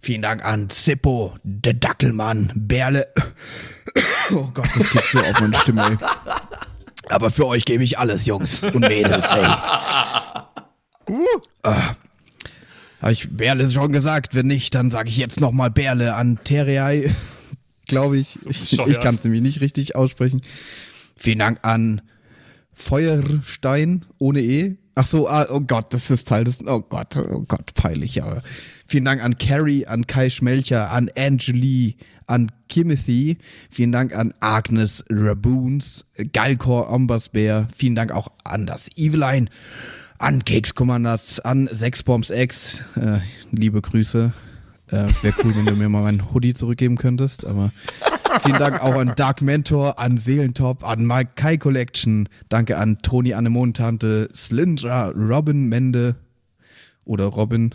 [SPEAKER 8] Vielen Dank an Zippo, der Dackelmann, Berle. Oh Gott, das geht so auf meine Stimme, ey. Aber für euch gebe ich alles, Jungs und Mädels, ey. Ah. Habe ich Berle schon gesagt? Wenn nicht, dann sage ich jetzt nochmal Berle an Terrei. Glaube ich. ich. Ich kann es nämlich nicht richtig aussprechen. Vielen Dank an Feuerstein ohne E. Ach so, ah, oh Gott, das ist Teil des. Oh Gott, oh Gott, peinlich, aber. Vielen Dank an Carrie, an Kai Schmelcher, an Angelie, an Kimothy. Vielen Dank an Agnes Raboons, Äh, Galkor Ombasbär. Vielen Dank auch an das Eveline, an Kekskommandas, an Sexbombs X. Äh, liebe Grüße. Äh, Wäre cool, wenn du mir mal meinen Hoodie zurückgeben könntest, aber. Vielen Dank auch an Dark Mentor, an Seelentop, an Mike Kai Collection. Danke an Toni Annemontante, Slyndra, Robin Mende oder Robin,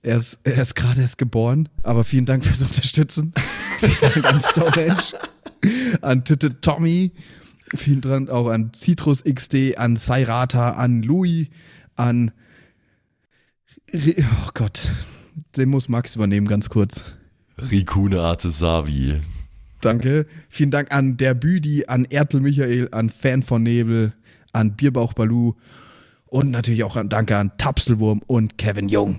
[SPEAKER 8] Er ist, er ist gerade erst geboren, aber vielen Dank fürs Unterstützen. vielen Dank an Storage, an Tüte Tommy, vielen Dank auch an Citrus XD, an Sairata, an Louis, an. Re- Oh Gott, den muss Max übernehmen, ganz kurz.
[SPEAKER 4] Rikune Artesavi.
[SPEAKER 8] Danke. Vielen Dank an der Büdi, an Ertel Michael, an Fan von Nebel, an Bierbauch Balu und natürlich auch an Danke an Tapselwurm und Kevin Jung.